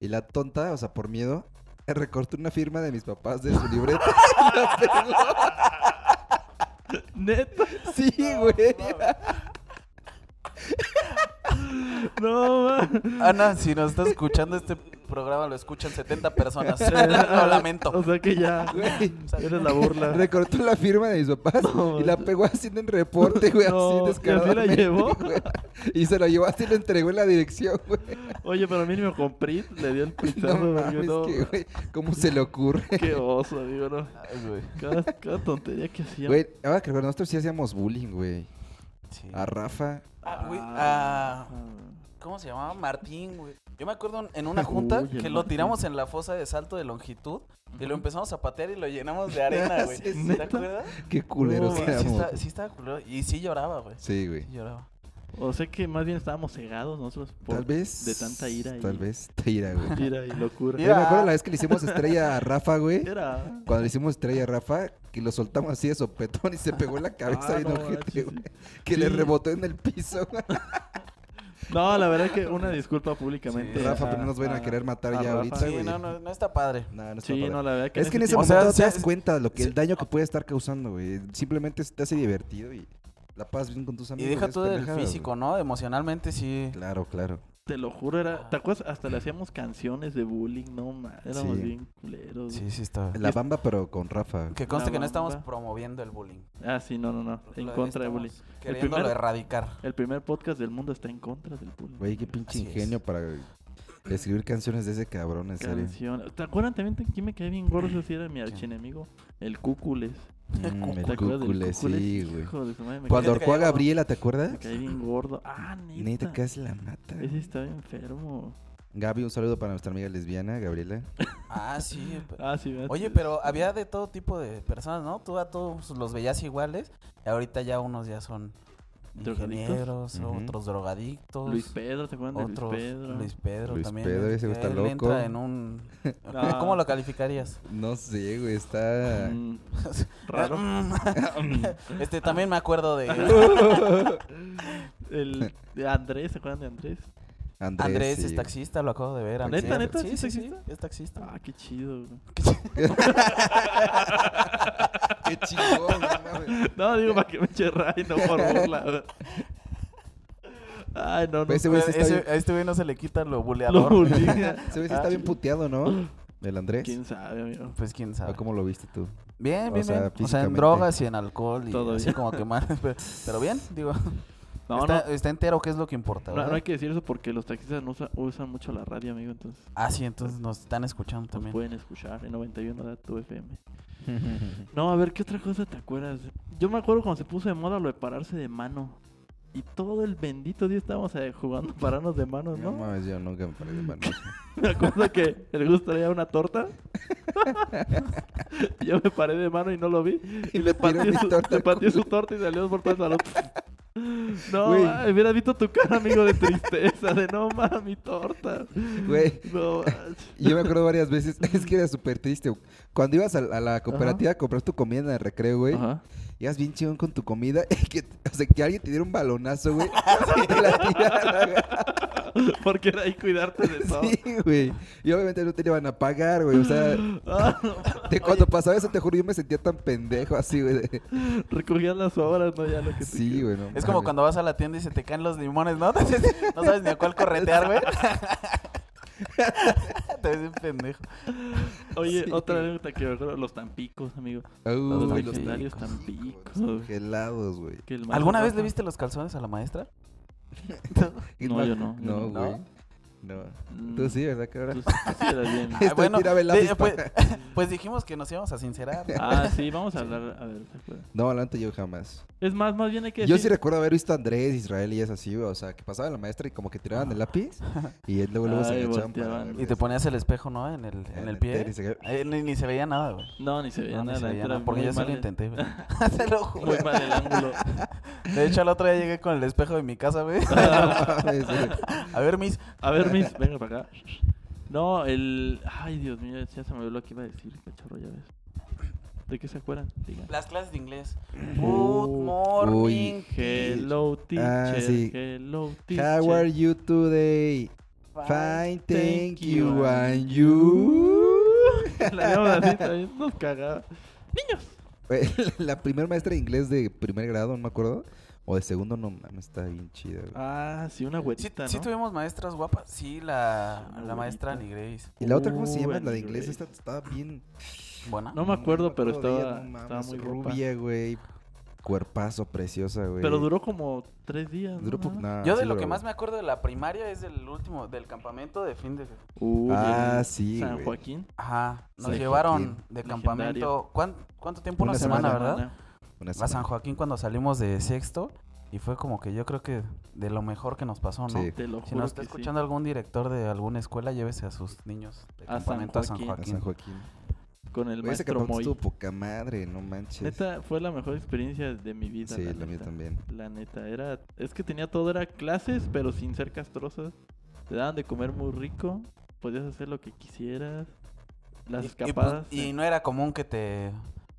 S2: Y la tonta, o sea, por miedo, [laughs] recortó una firma de mis papás de su
S1: [laughs]
S2: libreta. y la pegó.
S1: ¿Neta?
S2: Sí, güey.
S1: No, man.
S3: Ana, si nos estás escuchando este programa, lo escuchan
S1: [laughs]
S3: 70 personas. lo lamento.
S1: O sea que ya
S2: [laughs] Güey.
S1: eres la
S2: [laughs]
S1: burla.
S2: Recortó la firma de mis papás
S1: No,
S2: y la pegó así en el reporte, güey,
S1: [laughs] No, ¿y
S2: así
S1: así la
S2: descaradamente.
S1: llevó?
S2: [laughs] güey. Y se lo llevó así y lo entregó en la dirección, güey.
S1: Oye, pero mínimo con Prit le
S2: [laughs]
S1: dio el
S2: No
S1: pitazo.
S2: mames, que, güey, ¿cómo se le ocurre?
S1: Qué oso, digo, no.
S3: Ay, güey.
S1: Cada, cada tontería que hacía.
S2: Güey, ahora que recuerdo, nosotros sí hacíamos bullying, güey.
S3: Sí.
S2: A Rafa.
S3: Ah, güey,
S1: Ah.
S3: ah, ¿Cómo se llamaba? Martín, güey. Yo me acuerdo en una junta
S1: Uy, el
S3: que lo
S1: Martín.
S3: tiramos en la fosa de salto de longitud y lo empezamos a patear y lo llenamos de arena, güey.
S2: Sí,
S1: sí.
S3: ¿Te acuerdas?
S2: Qué culeros
S1: No,
S3: Sí,
S1: mames.
S2: éramos.
S3: sí, está- sí estaba culero. Y sí lloraba, güey.
S2: Sí, güey.
S3: Sí lloraba.
S1: O sea que más bien estábamos cegados nosotros por,
S2: Tal vez.
S1: de tanta ira y, ah.
S2: Tal vez. Te
S1: [laughs]
S2: ira, güey.
S1: ira y locura.
S2: Yo
S3: Ira.
S2: me acuerdo la vez que le hicimos estrella a
S1: [laughs]
S2: Rafa, güey.
S1: Era.
S2: Cuando le hicimos estrella a Rafa, que lo soltamos así de sopetón y se pegó en la cabeza
S1: Ah,
S2: bien
S1: no,
S2: ojete,
S1: sí, sí.
S2: güey. Que le
S1: Sí.
S2: rebotó en el piso, güey.
S1: No, la verdad es que una disculpa públicamente.
S3: Sí,
S2: Rafa,
S1: a-
S2: pero no nos van a querer matar
S1: a
S2: ya
S1: Rafa.
S2: ahorita,
S1: Sí,
S3: Sí,
S2: güey.
S3: no, no, no está padre.
S2: No, no está
S1: Sí,
S2: padra.
S1: [laughs] no, la verdad que en
S2: Es que en ese
S1: tiempo-
S3: O sea,
S2: momento no te
S3: sí,
S2: das
S3: es-
S2: cuenta de lo que el
S3: sí.
S2: daño que puede estar causando, güey. Simplemente se te hace divertido y la pasas bien con tus
S3: Y
S2: amigos.
S3: deja
S2: es
S3: tú del
S2: pendejada,
S3: físico, ¿no? Emocionalmente sí.
S2: güey. Claro, claro.
S1: Te lo juro, era. ¿Te
S3: Ah.
S1: acuerdas? Hasta le hacíamos canciones de bullying, no ma- Éramos
S2: Sí.
S1: bien culeros.
S3: Sí, sí está.
S2: La bamba, pero con Rafa.
S3: Que conste
S1: La
S3: que no estamos
S1: bamba.
S3: promoviendo el bullying.
S1: Ah, sí, no, no, no. En
S3: Lo
S1: contra de bullying.
S3: estamos Queriéndolo
S1: primero-
S3: erradicar.
S1: El primer podcast del mundo está en contra del bullying.
S2: Güey, qué pinche
S3: Así es.
S2: ingenio para escribir canciones de ese cabrón, en serio.
S1: Canción. ¿Te acuerdan también de quién me caía bien gordo? Ese sí era mi archienemigo. El Cúcules.
S2: Mm,
S1: ¿Te
S2: el
S1: acuerdas del
S2: cúcule, sí, güey.
S1: Hijo de su madre, me caía-
S2: Cuando
S3: te
S2: ahorcó a
S3: cayó gordo.
S2: Gabriela, ¿te acuerdas?
S1: me caía bien gordo. Ah,
S2: Neta,
S1: neta.
S2: casi la mata.
S1: Ese estaba enfermo.
S2: Gaby, un saludo para nuestra amiga lesbiana, Gabriela.
S3: Ah, sí. pe-
S1: Ah, sí. ¿verdad?
S3: Oye, pero había de todo tipo de personas, ¿no? Tú a todos los veías iguales. Y ahorita ya unos ya son
S1: ¿Drogadictos?
S3: ingenieros,
S2: Ujú.
S3: otros drogadictos.
S1: Luis Pedro, ¿te acuerdan
S3: Otros,
S1: de Luis Pedro?
S3: Luis Pedro
S2: Luis
S3: también.
S2: Pedro, ese güey está
S3: él
S2: loco.
S3: entra
S1: [laughs]
S3: en un...
S1: No.
S3: ¿Cómo lo calificarías?
S2: No sé, güey, está...
S1: Mm, raro.
S3: [laughs]
S1: Mm,
S3: este, también me acuerdo de [laughs]
S1: El de Andrés, ¿se acuerdan de Andrés?
S2: Andrés,
S3: Andrés,
S2: sí,
S3: es
S2: güey.
S3: taxista, lo acabo de ver.
S2: ¿Neta,
S3: antier.
S1: neta, sí
S3: Sí,
S1: es
S3: sí, sí,
S1: taxista?
S3: es taxista.
S1: Ah, qué chido. güey.
S2: Qué chingón, no mames.
S1: [laughs] No, digo para que me eche ray, no por burla. güey. Ay, no, no.
S2: Ese güey sí está
S3: Ese-
S2: bien-
S3: a este güey no se le quita
S1: [laughs]
S3: lo
S1: Lo
S3: buleador.
S1: bullying.
S3: [laughs]
S2: Ese güey sí está bien puteado, ¿no? El Andrés.
S1: ¿Quién sabe, amigo?
S3: Pues quién
S2: ¿O
S3: sabe.
S2: Ah, cómo lo viste tú?
S3: Bien,
S2: O
S3: bien,
S2: sea,
S3: bien. O sea, en
S2: físicamente.
S3: drogas y en alcohol y
S1: Todo
S3: así
S1: bien.
S3: como que mal. [laughs] Pero, pero bien, digo.
S1: No,
S3: está,
S1: no,
S3: está entero, que es lo que importa?
S1: no,
S3: ¿verdad?
S1: no hay que decir eso porque los taxistas no usa- usan mucho la radio, amigo, entonces
S3: Ah, sí, entonces nos están escuchando
S1: nos
S3: también.
S1: pueden escuchar en 91 de tu FM. No, a ver, ¿qué otra cosa te acuerdas? Yo me acuerdo cuando se puso de moda lo de pararse de mano. Y todo el bendito día estábamos eh, jugando [laughs] pararnos de mano, ¿no?
S2: No mames, yo nunca me paré de mano.
S1: [laughs] Me acuerdo que el Gus traía una torta. [laughs] Y Yo me paré de mano y no lo vi.
S2: Y le tiró
S1: Pateé
S2: mi
S1: su,
S2: torta.
S1: le
S2: al
S1: pateé su
S2: culo.
S1: torta y salió por todo el salón. [laughs] No,
S2: Güey.
S1: ay, hubiera visto tu cara, amigo, de tristeza, de no mames, mi torta.
S2: Güey,
S1: No, manches.
S2: y yo me acuerdo varias veces, [laughs] es que era súper triste. güey. Cuando ibas a, a la cooperativa a comprar tu comida en el recreo, güey,
S1: Ajá. [laughs]
S2: ibas bien chingón con tu comida [laughs] y que, o sea, que alguien te diera un balonazo, güey, [laughs] y te la tirara, güey.
S1: Porque era ahí cuidarte de todo.
S2: Sí, güey. Y obviamente no te le iban a pagar, güey. O sea,
S1: Ah, no.
S2: de cuando pasaba eso, te juro, yo me sentía tan pendejo así, güey. de-
S1: [laughs] Recogías las obras, ¿no? Ya lo que tú
S2: Sí,
S3: [laughs]
S1: quieras.
S2: güey. no
S3: Es como
S2: mames.
S3: cuando vas a la tienda y se te caen los limones, ¿no? [laughs] Entonces, no sabes ni
S2: [laughs]
S3: a cuál corretear, güey. [laughs] te ves un pendejo.
S1: Oye,
S2: Sí.
S1: otra anécdota que me acuerdo, los tampicos, amigo.
S2: Uy,
S1: Los
S3: Uy,
S2: los
S1: legendarios
S2: tacos,
S1: tampicos.
S2: güey, Gelados, güey.
S1: que el maestro
S3: ¿Alguna vez le
S1: Rafa-
S3: viste los calzones a la maestra?
S2: [laughs] Y
S1: No, yo no, yo
S2: No,
S1: no.
S2: güey. No.
S1: Mm,
S2: Tú sí, ¿verdad, cabrón?
S1: tú sí- tú sí eras bien.
S2: Este tiraba el
S3: de-
S2: lápiz
S3: pues, [laughs] pues dijimos que nos íbamos a sincerar.
S2: [laughs]
S1: Ah, sí, vamos a hablar. A ver, ¿se acuerdan?
S2: No, adelante yo jamás.
S1: Es más, más bien hay que
S2: Yo sí
S1: decir.
S2: recuerdo haber visto a Andrés, Israel y es así, güey. O sea, que pasaba la maestra y como que tiraban
S1: [laughs]
S2: el lápiz y él luego, luego se
S1: Ay,
S2: agachaban
S1: volteaban.
S2: para
S3: Y te ponías el espejo, ¿no? En el, en
S2: En
S3: el
S2: el
S3: pie. [laughs]
S2: tenis, acá.
S3: Ahí ni, ni se veía nada, güey.
S1: No, ni se veía
S3: No, ni
S1: nada.
S3: se veía
S1: era
S3: nada, porque
S1: muy
S3: yo sí
S1: mal-
S3: lo intenté, güey. [laughs] Te lo
S1: [laughs]
S3: juro.
S1: Muy mal el ángulo.
S3: De hecho, al otro día llegué con el espejo de mi casa, güey. [laughs] A ver, mis.
S1: A ver, Miss, venga para acá. No, el. Ay, Dios mío, ya se me olvidó lo que iba a decir, cachorro, ya ves. ¿De qué se acuerdan? Diga.
S3: Las clases de inglés. Good
S1: Uh,
S3: morning.
S1: Hello, teacher.
S2: Ah, sí.
S1: Hello, teacher.
S2: How are you today?
S3: Bye.
S2: Fine,
S1: thank
S2: thank
S1: you,
S2: you and
S1: and [laughs]
S2: you.
S1: La llamaba así, también nos cagaba.
S2: Güey, [laughs] La primer maestra de inglés de primer grado, no me acuerdo. O de segundo, no mames, está bien chida, güey.
S1: Ah, sí, una
S3: Sí,
S1: güerita,
S3: sí
S1: ¿no?
S3: tuvimos maestras guapas. Sí, la,
S1: Una
S3: la maestra Annie
S1: güerita.
S3: Grace.
S2: Y la otra, ¿cómo se
S1: Uh,
S2: llama? La de
S1: el
S2: inglés,
S1: güey.
S2: esta estaba bien.
S3: Buena.
S1: No me acuerdo, pero
S2: acuerdo de ella,
S1: estaba,
S2: no mames,
S1: estaba muy guapa.
S2: rubia, güey. Cuerpazo, preciosa, güey.
S1: Pero duró como tres días. ¿no?
S2: Duró po-
S1: Nada más.
S2: nah,
S3: Yo de
S2: sí
S3: lo
S2: duró,
S3: que más
S2: güey.
S3: me acuerdo de la primaria es del último, del campamento de fin de...
S1: Uy,
S2: Ah,
S1: el
S2: sí,
S1: San
S2: güey.
S1: Joaquín.
S3: Ajá, nos
S2: Sí,
S3: llevaron
S2: Joaquín.
S3: de
S1: Legendario.
S3: campamento. ¿Cuán- ¿Cuánto tiempo? Una,
S2: Una
S3: semana,
S2: semana.
S3: ¿verdad?
S2: Una
S3: A
S2: semana.
S3: San Joaquín cuando salimos de sexto y fue como que yo creo que de lo mejor que nos pasó, ¿no?
S2: Sí.
S1: Te lo juro
S3: Si nos está
S1: que sí.
S3: escuchando algún director de alguna escuela, llévese a sus niños de
S1: A San
S3: campamento a San
S1: Joaquín.
S2: A
S3: Joaquín.
S2: San Joaquín.
S1: con el
S2: Güey, Ese
S1: maestro
S2: cabrón
S1: Moy.
S2: estuvo poca madre, no manches.
S1: Neta, fue la mejor experiencia de mi vida.
S2: sí, la mía
S1: neta.
S2: también.
S1: La neta, era. Es que tenía todo, era clases, pero sin ser castrosas. Te daban de comer muy rico. Podías hacer lo que quisieras. Las
S3: Y- y, pues,
S1: escapadas. eh.
S3: Y, no era común que te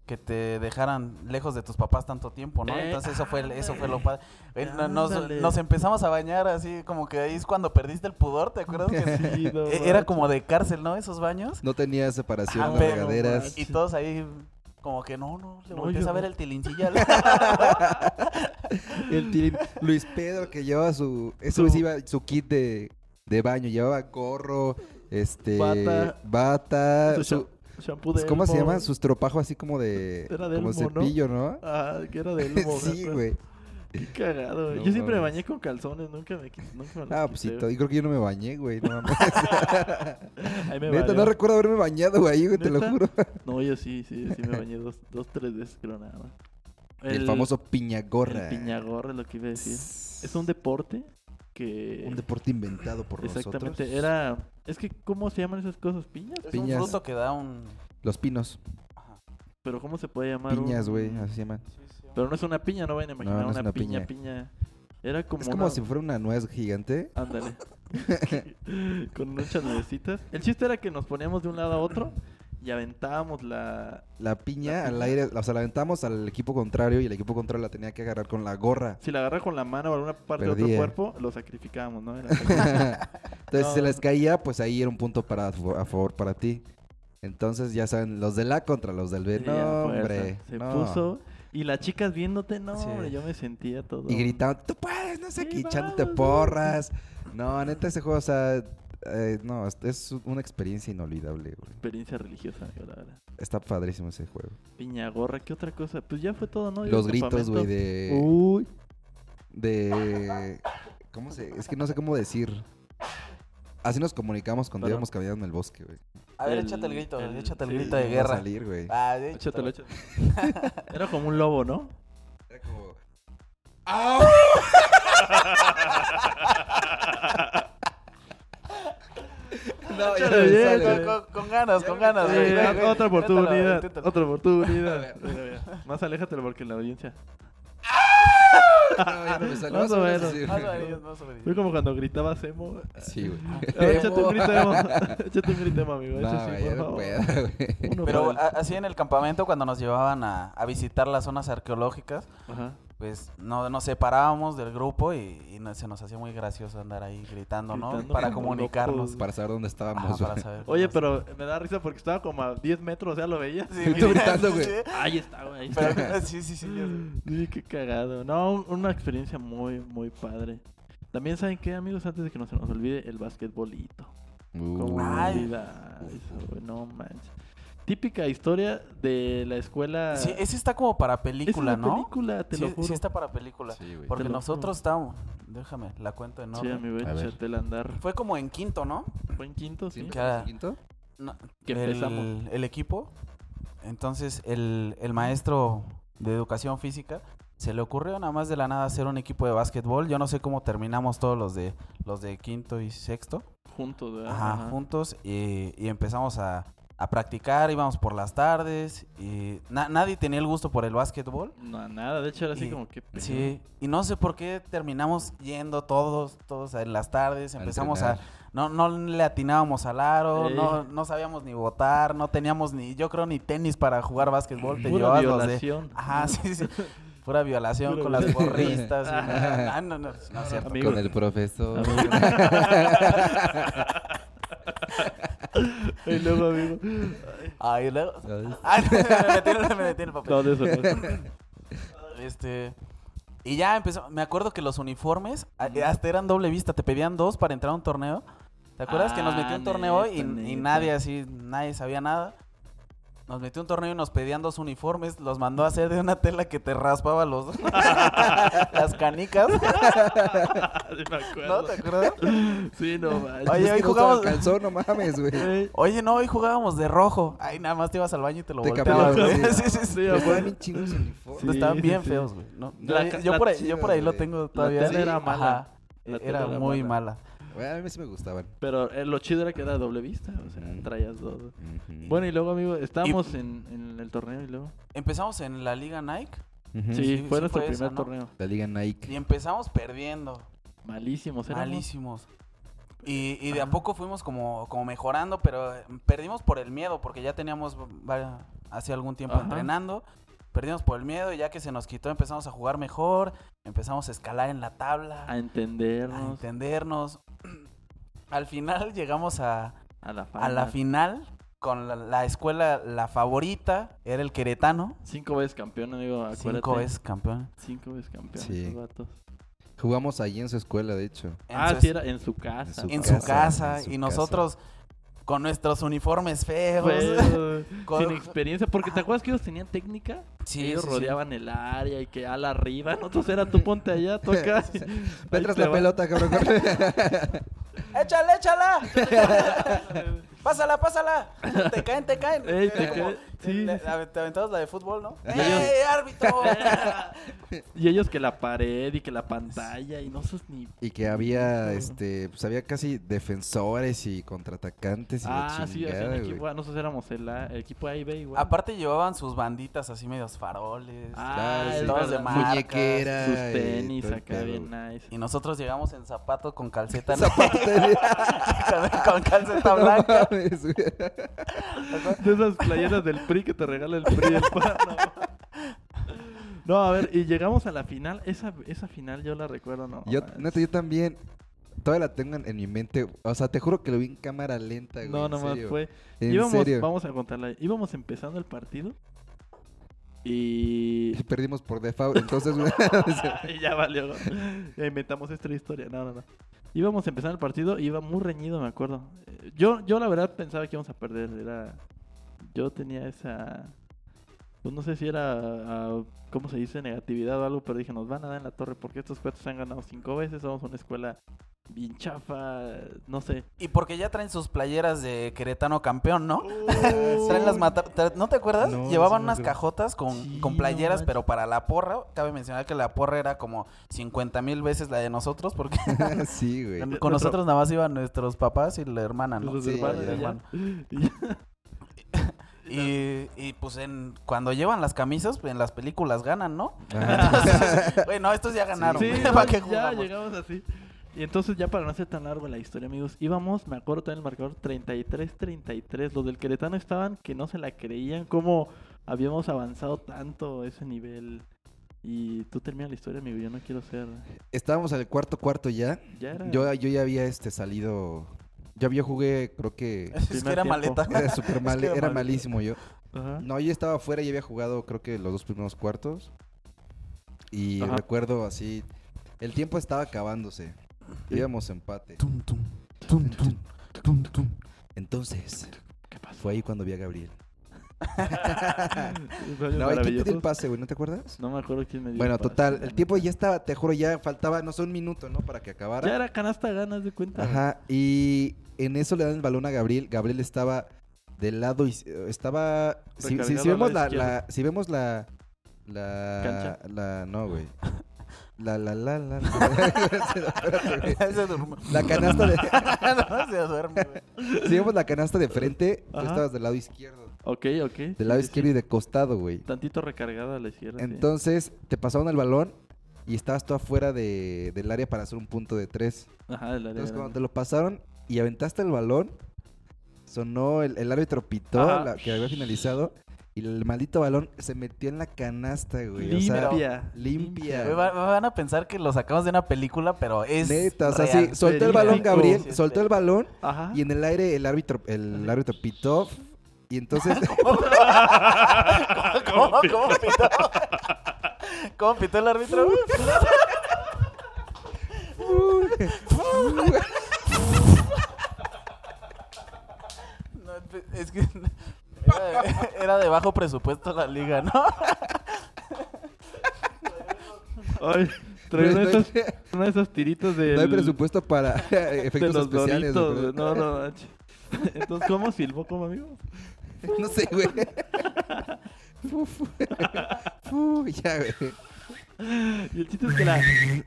S3: que te dejaran lejos de tus papás tanto tiempo, ¿no?
S1: Eh,
S3: Entonces eso fue el- eso fue lo padre. Eh, no- Nos,
S1: ándale.
S3: nos empezamos a bañar así como que ahí es cuando perdiste el pudor, ¿te acuerdas?
S1: eh.
S3: Que
S1: [laughs] Sí, no
S3: e- era
S1: manches.
S3: como de cárcel, ¿no? Esos baños.
S2: No tenía separación
S3: Ah,
S2: en las
S3: pero-
S2: regaderas.
S3: Y todos ahí como que no, no, le
S1: No,
S3: volteas
S1: yo
S3: a ver
S1: no.
S3: el [laughs] tilincilla.
S2: El tirín. Luis Pedro que llevaba su. Eso
S1: Su-
S2: iba su kit de, de baño. Llevaba gorro, este.
S1: Bata.
S2: bata,
S1: Su
S2: ah, su- pues,
S1: cha- shampoo de
S2: ¿Cómo se
S1: Elmo.
S2: llaman? Sus tropajos así como de.
S1: Era de
S2: como
S1: Elmo, ¿no?
S2: cepillo, ¿no?
S1: Ah, que
S2: [laughs]
S1: era de Elmo. me
S2: sí,
S1: acuerdo.
S2: güey.
S1: Qué cagado, güey.
S2: No
S1: Yo siempre me
S2: mames.
S1: bañé con calzones, nunca me qui- nunca me los
S2: Ah, pues sí,
S1: quité,
S2: todo-
S1: güey.
S2: yo creo que yo no me bañé, güey. No
S1: [laughs]
S2: mames.
S1: Ahí me
S2: Neta,
S1: valió.
S2: no recuerdo haberme bañado, güey, güey, te lo
S1: ¿Neta?
S2: juro.
S1: No, yo sí, sí, sí me bañé dos, dos tres veces, creo nada más.
S2: El, famoso
S1: El
S2: piñagorra.
S1: piñagorra, lo que iba a decir. Es un deporte que...
S2: Un deporte inventado por
S1: Exactamente,
S2: nosotros.
S1: era... Es que, ¿cómo se llaman esas cosas? ¿Piñas? [laughs]
S3: es un
S2: Piñas.
S3: fruto que da un
S2: Los pinos.
S1: Pero ¿cómo se puede llamar? un-
S2: Piñas, güey, así se llaman.
S1: Pero no es una piña, no vayan a imaginar
S2: No, no es
S1: una,
S2: una
S1: piña,
S2: piña.
S1: piña. Era como
S2: Es como
S1: una-
S2: si fuera una nuez gigante. [laughs]
S1: Ándale. [laughs] Con muchas nuevecitas. El chiste era que nos poníamos de un lado a otro y aventábamos la...
S2: La piña
S1: La
S2: al
S1: piña.
S2: aire, o sea, la aventamos al equipo contrario y el equipo contrario la tenía que agarrar con
S1: [laughs]
S2: la gorra.
S1: Si la agarra con la mano o alguna parte de otro
S2: Perdía.
S1: cuerpo, lo sacrificábamos, ¿no?
S2: [laughs]
S1: Era-
S2: Entonces, si se
S1: No.
S2: les caía, pues ahí era un punto para, a favor para ti. Entonces, ya saben, los del A contra los del B.
S1: Sí, a
S2: no,
S1: fuerza.
S2: hombre.
S1: Se
S2: no.
S1: puso. Y las chicas viéndote, no,
S2: Sí.
S1: hombre, yo me sentía todo.
S2: Y gritaban, tú puedes, no sé
S1: Sí,
S2: qué, echándote
S1: vamos,
S2: porras. No, neta, ese juego, o sea, eh, no, es- es una experiencia inolvidable, güey.
S1: Experiencia religiosa, amigo, la verdad.
S2: Está padrísimo ese juego.
S1: Piña gorra, ¿qué otra cosa? Pues ya fue todo, ¿no? Ya
S2: Los
S1: el
S2: gritos, güey,
S1: campamento.
S2: de...
S1: Uy,
S2: de cómo se es que no sé cómo decir así nos comunicamos cuando
S1: Perdón.
S2: íbamos caminando en el bosque güey
S3: A ver,
S1: El-
S3: échate el grito,
S1: el-
S3: échate el
S1: sí,
S3: grito de
S2: Para
S3: guerra.
S2: salir güey
S3: Ah, sí,
S1: échatelo,
S3: échatelo.
S1: échatelo. Era como un lobo, ¿no?
S3: [laughs]
S2: era
S1: [laughs]
S2: como ¡Ah! [laughs] no ya no
S1: Échale
S2: me
S1: bien,
S2: sale,
S1: güey.
S2: güey.
S3: Con, con- con ganas, con ganas.
S1: Eh,
S3: güey, güey, güey.
S1: otra oportunidad,
S3: Inténtalo, inténtalo.
S1: otra
S3: [laughs]
S1: oportunidad. Mira, mira. Más aléjatelo porque la audiencia.
S2: no ya no me sale
S1: Más
S2: más
S1: o
S2: o menos
S1: menos.
S2: así,
S3: Más
S2: güey.
S3: venidos, más venidos.
S1: Fue como cuando gritaba Semo.
S2: sí güey
S1: [laughs]
S2: [laughs]
S1: A ver, Échate un grito,
S3: [laughs]
S1: Emo. Échate un grito, Emo, amigo.
S2: no
S1: Eso sí,
S2: güey,
S1: por
S2: ya no
S1: favor.
S2: puedo güey
S1: Uno
S3: Pero ah,
S1: para
S3: a- así en el campamento, cuando nos llevaban a, a visitar las zonas arqueológicas,
S1: el- Ajá.
S3: pues no, nos separábamos del grupo y, y no- se nos hacía muy gracioso andar ahí gritando, ¿no?
S1: Gritando
S3: para
S1: como
S3: comunicarnos.
S1: locos.
S2: para saber dónde
S1: Ah,
S3: Ajá,
S2: estábamos
S3: para
S2: güey.
S3: saber.
S1: Oye, pero me da risa porque estaba como a 10 metros, o sea, lo veías. [laughs]
S3: Sí,
S2: [laughs] Tú
S3: mira,
S2: gritando, güey.
S3: sí,
S1: Ahí está, güey. ahí [laughs] está.
S3: pero- sí, sí, sí. ya sé.
S1: Sí, qué cagado. No, un- una experiencia muy, muy padre. También, ¿saben qué, amigos? Antes de que no se nos olvide, el basquetbolito.
S2: Uh,
S1: Como
S3: Ay.
S1: olvidar eso, güey, no manches. Típica historia de la escuela.
S3: Sí, ese está como para
S1: Es
S3: película,
S1: una
S3: ¿no?
S1: película, te
S3: sí,
S1: lo juro.
S3: sí está para película.
S2: sí güey
S1: Te
S3: Porque
S1: lo juro.
S3: nosotros estábamos... Déjame, la cuento en
S1: Sí,
S3: orden.
S1: amigo,
S2: A ver.
S1: échate el andar.
S3: Fue como en quinto, ¿no?
S1: Fue en quinto, sí.
S2: ¿Siempre
S3: Cada-
S2: fue quinto?
S3: No,
S1: Que
S3: el-
S1: empezamos.
S3: El, equipo. Entonces, el, el maestro de educación física se le ocurrió nada más de la nada hacer un equipo de básquetbol. Yo no sé cómo terminamos todos los de los de quinto y sexto.
S1: Juntos, ¿verdad?
S3: Ajá,
S1: Ajá.
S3: juntos y, y empezamos a, a practicar, íbamos por las tardes y na- nadie tenía el gusto por el básquetbol.
S1: No, nada, de hecho era así
S3: Y-
S1: como que.
S3: Sí, y no sé por qué terminamos yendo todos, todos en las tardes,
S2: A
S3: empezamos a,
S2: entrenar.
S3: no, no le atinábamos al aro,
S1: Ey.
S3: no, no sabíamos ni votar, no teníamos ni, yo creo, ni tenis para jugar básquetbol. Te
S1: Pura
S3: llevabas los de... Ah.
S1: violación.
S3: Ajá, sí, sí. Pura violación
S1: Pura
S3: con las
S1: violación.
S3: porristas. y- Ah, no, no, no, no es cierto.
S1: Amigo.
S2: con el profesor
S1: [laughs] y luego, amigo.
S3: [laughs] Ay, luego...
S2: Ay.
S3: Ay, no, [laughs] me metí, en- me metí en el papel.
S1: No, de
S3: [laughs]
S1: eso [laughs] no.
S3: Este... Y ya empezó, me acuerdo que los uniformes a- hasta eran doble vista, te pedían dos para entrar a un torneo. ¿Te acuerdas que nos
S1: Ah,
S3: metió un torneo y,
S1: neta,
S3: y
S1: neta.
S3: nadie así, nadie sabía nada? Nos metió un torneo y nos pedían dos uniformes, los mandó a hacer de una tela que te raspaba
S1: [laughs]
S3: los dos. las canicas,
S1: Sí, me acuerdo.
S3: ¿no? ¿Te acuerdas?
S1: Sí, no manches.
S3: Oye,
S2: Es
S3: hoy
S2: que no usaba
S3: jugamos-
S2: calzón no
S1: [laughs]
S2: mames güey
S1: Güey,
S3: Oye, no, hoy jugábamos de rojo. Ay, nada más te ibas al baño y te lo
S2: Te
S3: volteabas.
S2: cambiaban,
S3: güey.
S2: sí.
S3: [laughs] Sí, sí, sí.
S1: sí,
S2: Pero
S1: afuera.
S2: estaban bien chingos los uniformes.
S1: Sí,
S3: Estaban bien
S1: sí.
S3: feos, güey. No,
S1: La
S3: yo-
S1: ca-
S3: yo,
S1: la
S3: por ahí, yo por ahí
S2: chiva,
S3: lo
S2: güey.
S3: tengo todavía.
S1: tela era
S3: Ajá.
S1: mala. La
S3: E-
S1: tela
S3: Era
S1: era
S3: muy
S1: mala.
S3: mala.
S2: Bueno, a mí sí me gustaban.
S1: Pero eh, lo chido era que era doble vista, o sea,
S2: Ujú.
S1: traías dos.
S2: Ujú.
S1: Bueno, y luego, amigo, estábamos en, en el torneo y luego.
S3: Empezamos en la Liga Nike
S2: Ujú.
S1: Sí,
S3: sí,
S1: fue
S3: sí
S1: nuestro
S3: fue
S1: primer
S3: esa, ¿no?
S1: torneo.
S2: La Liga Nike.
S3: y empezamos perdiendo.
S1: Malísimos, éramos.
S3: Malísimos. Y, y de
S1: Ajá.
S3: a poco fuimos como, como mejorando, pero eh, perdimos por el miedo, porque ya teníamos va- hace algún tiempo
S1: Ajá.
S3: entrenando. Perdimos por el miedo y ya que se nos quitó empezamos a jugar mejor, empezamos a escalar en la tabla,
S1: A
S3: a,
S1: entendernos.
S3: entendernos. [clears throat] Al final llegamos a,
S1: A la fama.
S3: a la final con la, la escuela, la favorita, era el queretano.
S1: Cinco veces campeón, amigo, acuérdate.
S3: Cinco veces campeón.
S1: Cinco veces campeón.
S2: Sí.
S1: esos vatos.
S2: Jugamos allí en su escuela, de hecho.
S1: Ah,
S3: Entonces,
S1: sí, era en su casa.
S2: su
S3: en
S1: papá.
S3: su casa
S2: en su
S3: y
S2: casa.
S3: nosotros con nuestros uniformes feos.
S1: Pero
S3: Con-
S1: sin experiencia, porque te acuerdas que ellos tenían técnica,
S3: [laughs] Ah. Sí,
S1: ellos
S3: sí, sí.
S1: rodeaban el área y que ala arriba, nosotros era tú ponte allá,
S3: [laughs]
S1: toca.
S2: Ve tras la pelota,
S1: [laughs]
S2: cabrón. corre.
S3: ¡Échale, échala!
S1: [laughs]
S3: ¡Pásala, pásala! ¡Te caen, te caen!
S1: Ey, te
S3: Era como-
S1: caen, sí,
S3: le-
S1: sí,
S3: la- Te aventabas la de fútbol, ¿no?
S1: Ajá.
S3: ¡Ey,
S1: [laughs]
S3: árbitro!
S1: Y ellos que la pared y que la pantalla y no sos ni...
S2: y que había, este, pues había casi defensores y contraatacantes y
S1: Ah,
S2: la
S1: sí, hacían
S2: chingada,
S1: equipo,
S2: güey.
S1: ah, nosotros éramos el, A- el equipo A y B igual.
S3: Aparte llevaban sus banditas así medios faroles.
S1: Ah,
S2: Claro,
S1: es
S2: sí.
S3: todos de
S1: verdad.
S3: marcas,
S2: Muñequera.
S1: sus
S2: y
S1: tenis
S2: todo el
S1: acá
S2: pedo,
S1: bien
S2: [laughs] güey.
S1: nice.
S3: Y nosotros llegamos en zapatos
S1: [laughs]
S3: con calceta
S2: Zapatos de-
S3: [laughs] con calceta
S2: No
S3: blanca.
S2: mames, güey.
S1: De esas playeras del PRI que te regala el
S2: [laughs]
S1: PRI. el PAN, no. No, a ver, y llegamos a la final. Esa, esa final yo la recuerdo, ¿no?
S2: Yo,
S1: manches.
S2: neta, yo también. Todavía la tengo en, en mi mente. O sea, te juro que lo vi en cámara lenta, güey.
S1: No,
S2: en
S1: nomás
S2: serio.
S1: fue.
S2: En
S1: íbamos,
S2: serio.
S1: Vamos a contarla. Íbamos empezando el partido. Y.
S2: Y Perdimos por default. Entonces, [laughs] güey.
S1: y ya valió. ¿no? Ya inventamos esta historia. No, no, no. Íbamos empezando el partido. Iba muy reñido, me acuerdo. Eh, Yo, yo la verdad pensaba que íbamos a perder. Era. Yo tenía esa. Pues no sé si era. ah, ¿Cómo se dice? Negatividad o algo. Pero dije, nos van a dar en la torre. Porque estos cuates han ganado cinco veces. Somos una escuela bien chafa. No
S2: [laughs]
S1: sé.
S3: Y porque ya traen sus playeras de queretano campeón, ¿no?
S2: Sí.
S3: Traen
S1: Oh.
S3: las mata- tra- ¿No te acuerdas?
S2: No, no me
S3: Llevaban unas
S2: acuerdo.
S3: cajotas con,
S1: Sí,
S3: con
S1: no
S3: playeras,
S1: manches.
S3: pero para la porra, cabe mencionar que la porra era como 50 mil veces la de
S1: [laughs]
S3: nosotros, porque [laughs]
S2: sí, güey.
S3: con
S1: Nuestro-
S3: nosotros nada más iban nuestros papás y la hermana, ¿no?
S1: Los
S2: Sí,
S1: hermanos
S2: ya,
S1: y ya.
S3: hermano.
S1: Y ya.
S3: Y, y, pues en, cuando llevan las camisas, pues en las películas ganan,
S1: [laughs]
S3: ¿no?
S2: Ah,
S3: [laughs] Güey, no, estos ya ganaron.
S1: Sí,
S3: güey,
S1: no,
S3: ¿para qué
S1: ya
S3: jugamos?
S1: llegamos así. Y entonces ya para no hacer tan largo la historia, amigos, íbamos, me acuerdo también el marcador 33-33. Los del Queretano estaban que no se la creían, cómo habíamos avanzado tanto ese nivel. Y tú terminas la historia, amigo, yo no quiero ser...
S2: [laughs] Estábamos al cuarto cuarto ya.
S1: Ya era...
S2: Yo, yo ya había este salido. Yo había jugué, creo que.
S3: [laughs] [laughs] Es que
S1: Primer
S3: era
S1: tiempo.
S3: maleta.
S1: [laughs]
S2: Era, super mal,
S3: que era
S2: era
S3: malísimo.
S2: malísimo yo.
S1: Ajá.
S2: No, yo estaba afuera y había jugado creo que los dos primeros cuartos. Y
S1: Ajá.
S2: recuerdo así, el tiempo estaba acabándose. Íbamos empate.
S3: Tum, tum, tum, tum, tum, tum.
S2: Entonces,
S1: ¿Qué pasó?
S2: fue ahí cuando vi a Gabriel.
S1: Sueños
S2: No, ¿y quién te dio el
S1: maravillosos.
S2: pase, güey? ¿No te acuerdas?
S1: No me acuerdo quién me dio
S2: Bueno,
S1: el pase,
S2: total,
S1: la
S2: el tiempo
S1: neta.
S2: ya estaba, te juro, ya faltaba, no sé, un minuto, ¿no? Para que acabara.
S1: Ya era canasta ganas de cuenta.
S2: Ajá, y en eso le dan el balón a Gabriel. Gabriel estaba del lado is- estaba si, si- si
S1: Recargado al
S2: vemos la,
S1: lado izquierdo.
S2: la- si vemos la la
S1: ¿Cancha?
S2: la no,
S1: [laughs]
S2: güey. La la la la. [laughs] Espérate, güey.
S3: Se durmió.
S2: La canasta de
S3: [laughs] No, se duerme, güey.
S2: si vemos la canasta de frente, tú
S1: Ajá.
S2: estabas del lado izquierdo.
S1: Ok, ok. sí,
S2: Del lado
S1: sí, sí.
S2: izquierdo y de costado, güey.
S1: Tantito recargado a la izquierda. sí.
S2: Entonces, te pasaron el balón y estabas tú afuera de, del área para hacer un punto de tres.
S1: Ajá, del área
S2: Entonces, cuando
S1: grande.
S2: te lo pasaron y aventaste el balón, sonó el, el árbitro pitó
S1: Ajá.
S2: la- que había finalizado y el maldito balón se metió en la canasta, güey. O sea,
S1: Limpia.
S2: limpia.
S3: Güey, va- Van a pensar que lo sacamos de una película, pero es.
S2: neta, o sea,
S3: real.
S2: sí, soltó el
S1: verídico.
S2: balón Gabriel,
S3: Sí, es
S2: soltó el balón
S1: Ajá.
S2: y en el aire el árbitro el árbitro pitó y entonces
S3: ¿Cómo, cómo pitó? ¿Cómo pitó el árbitro? No, pues, es que era de, era de bajo presupuesto la liga, ¿no?
S1: Ay, trae una de esas, una de esas tiritas de.
S2: [laughs] no hay presupuesto para [laughs] efectos
S1: de los
S2: especiales.
S1: Doritos,
S2: güey.
S1: güey. No, no, manches. [laughs] Entonces, ¿cómo silbó como amigo?
S2: [laughs] No sé, güey. Fu, fu. Fu, ya, güey.
S1: Y el chiste es que la,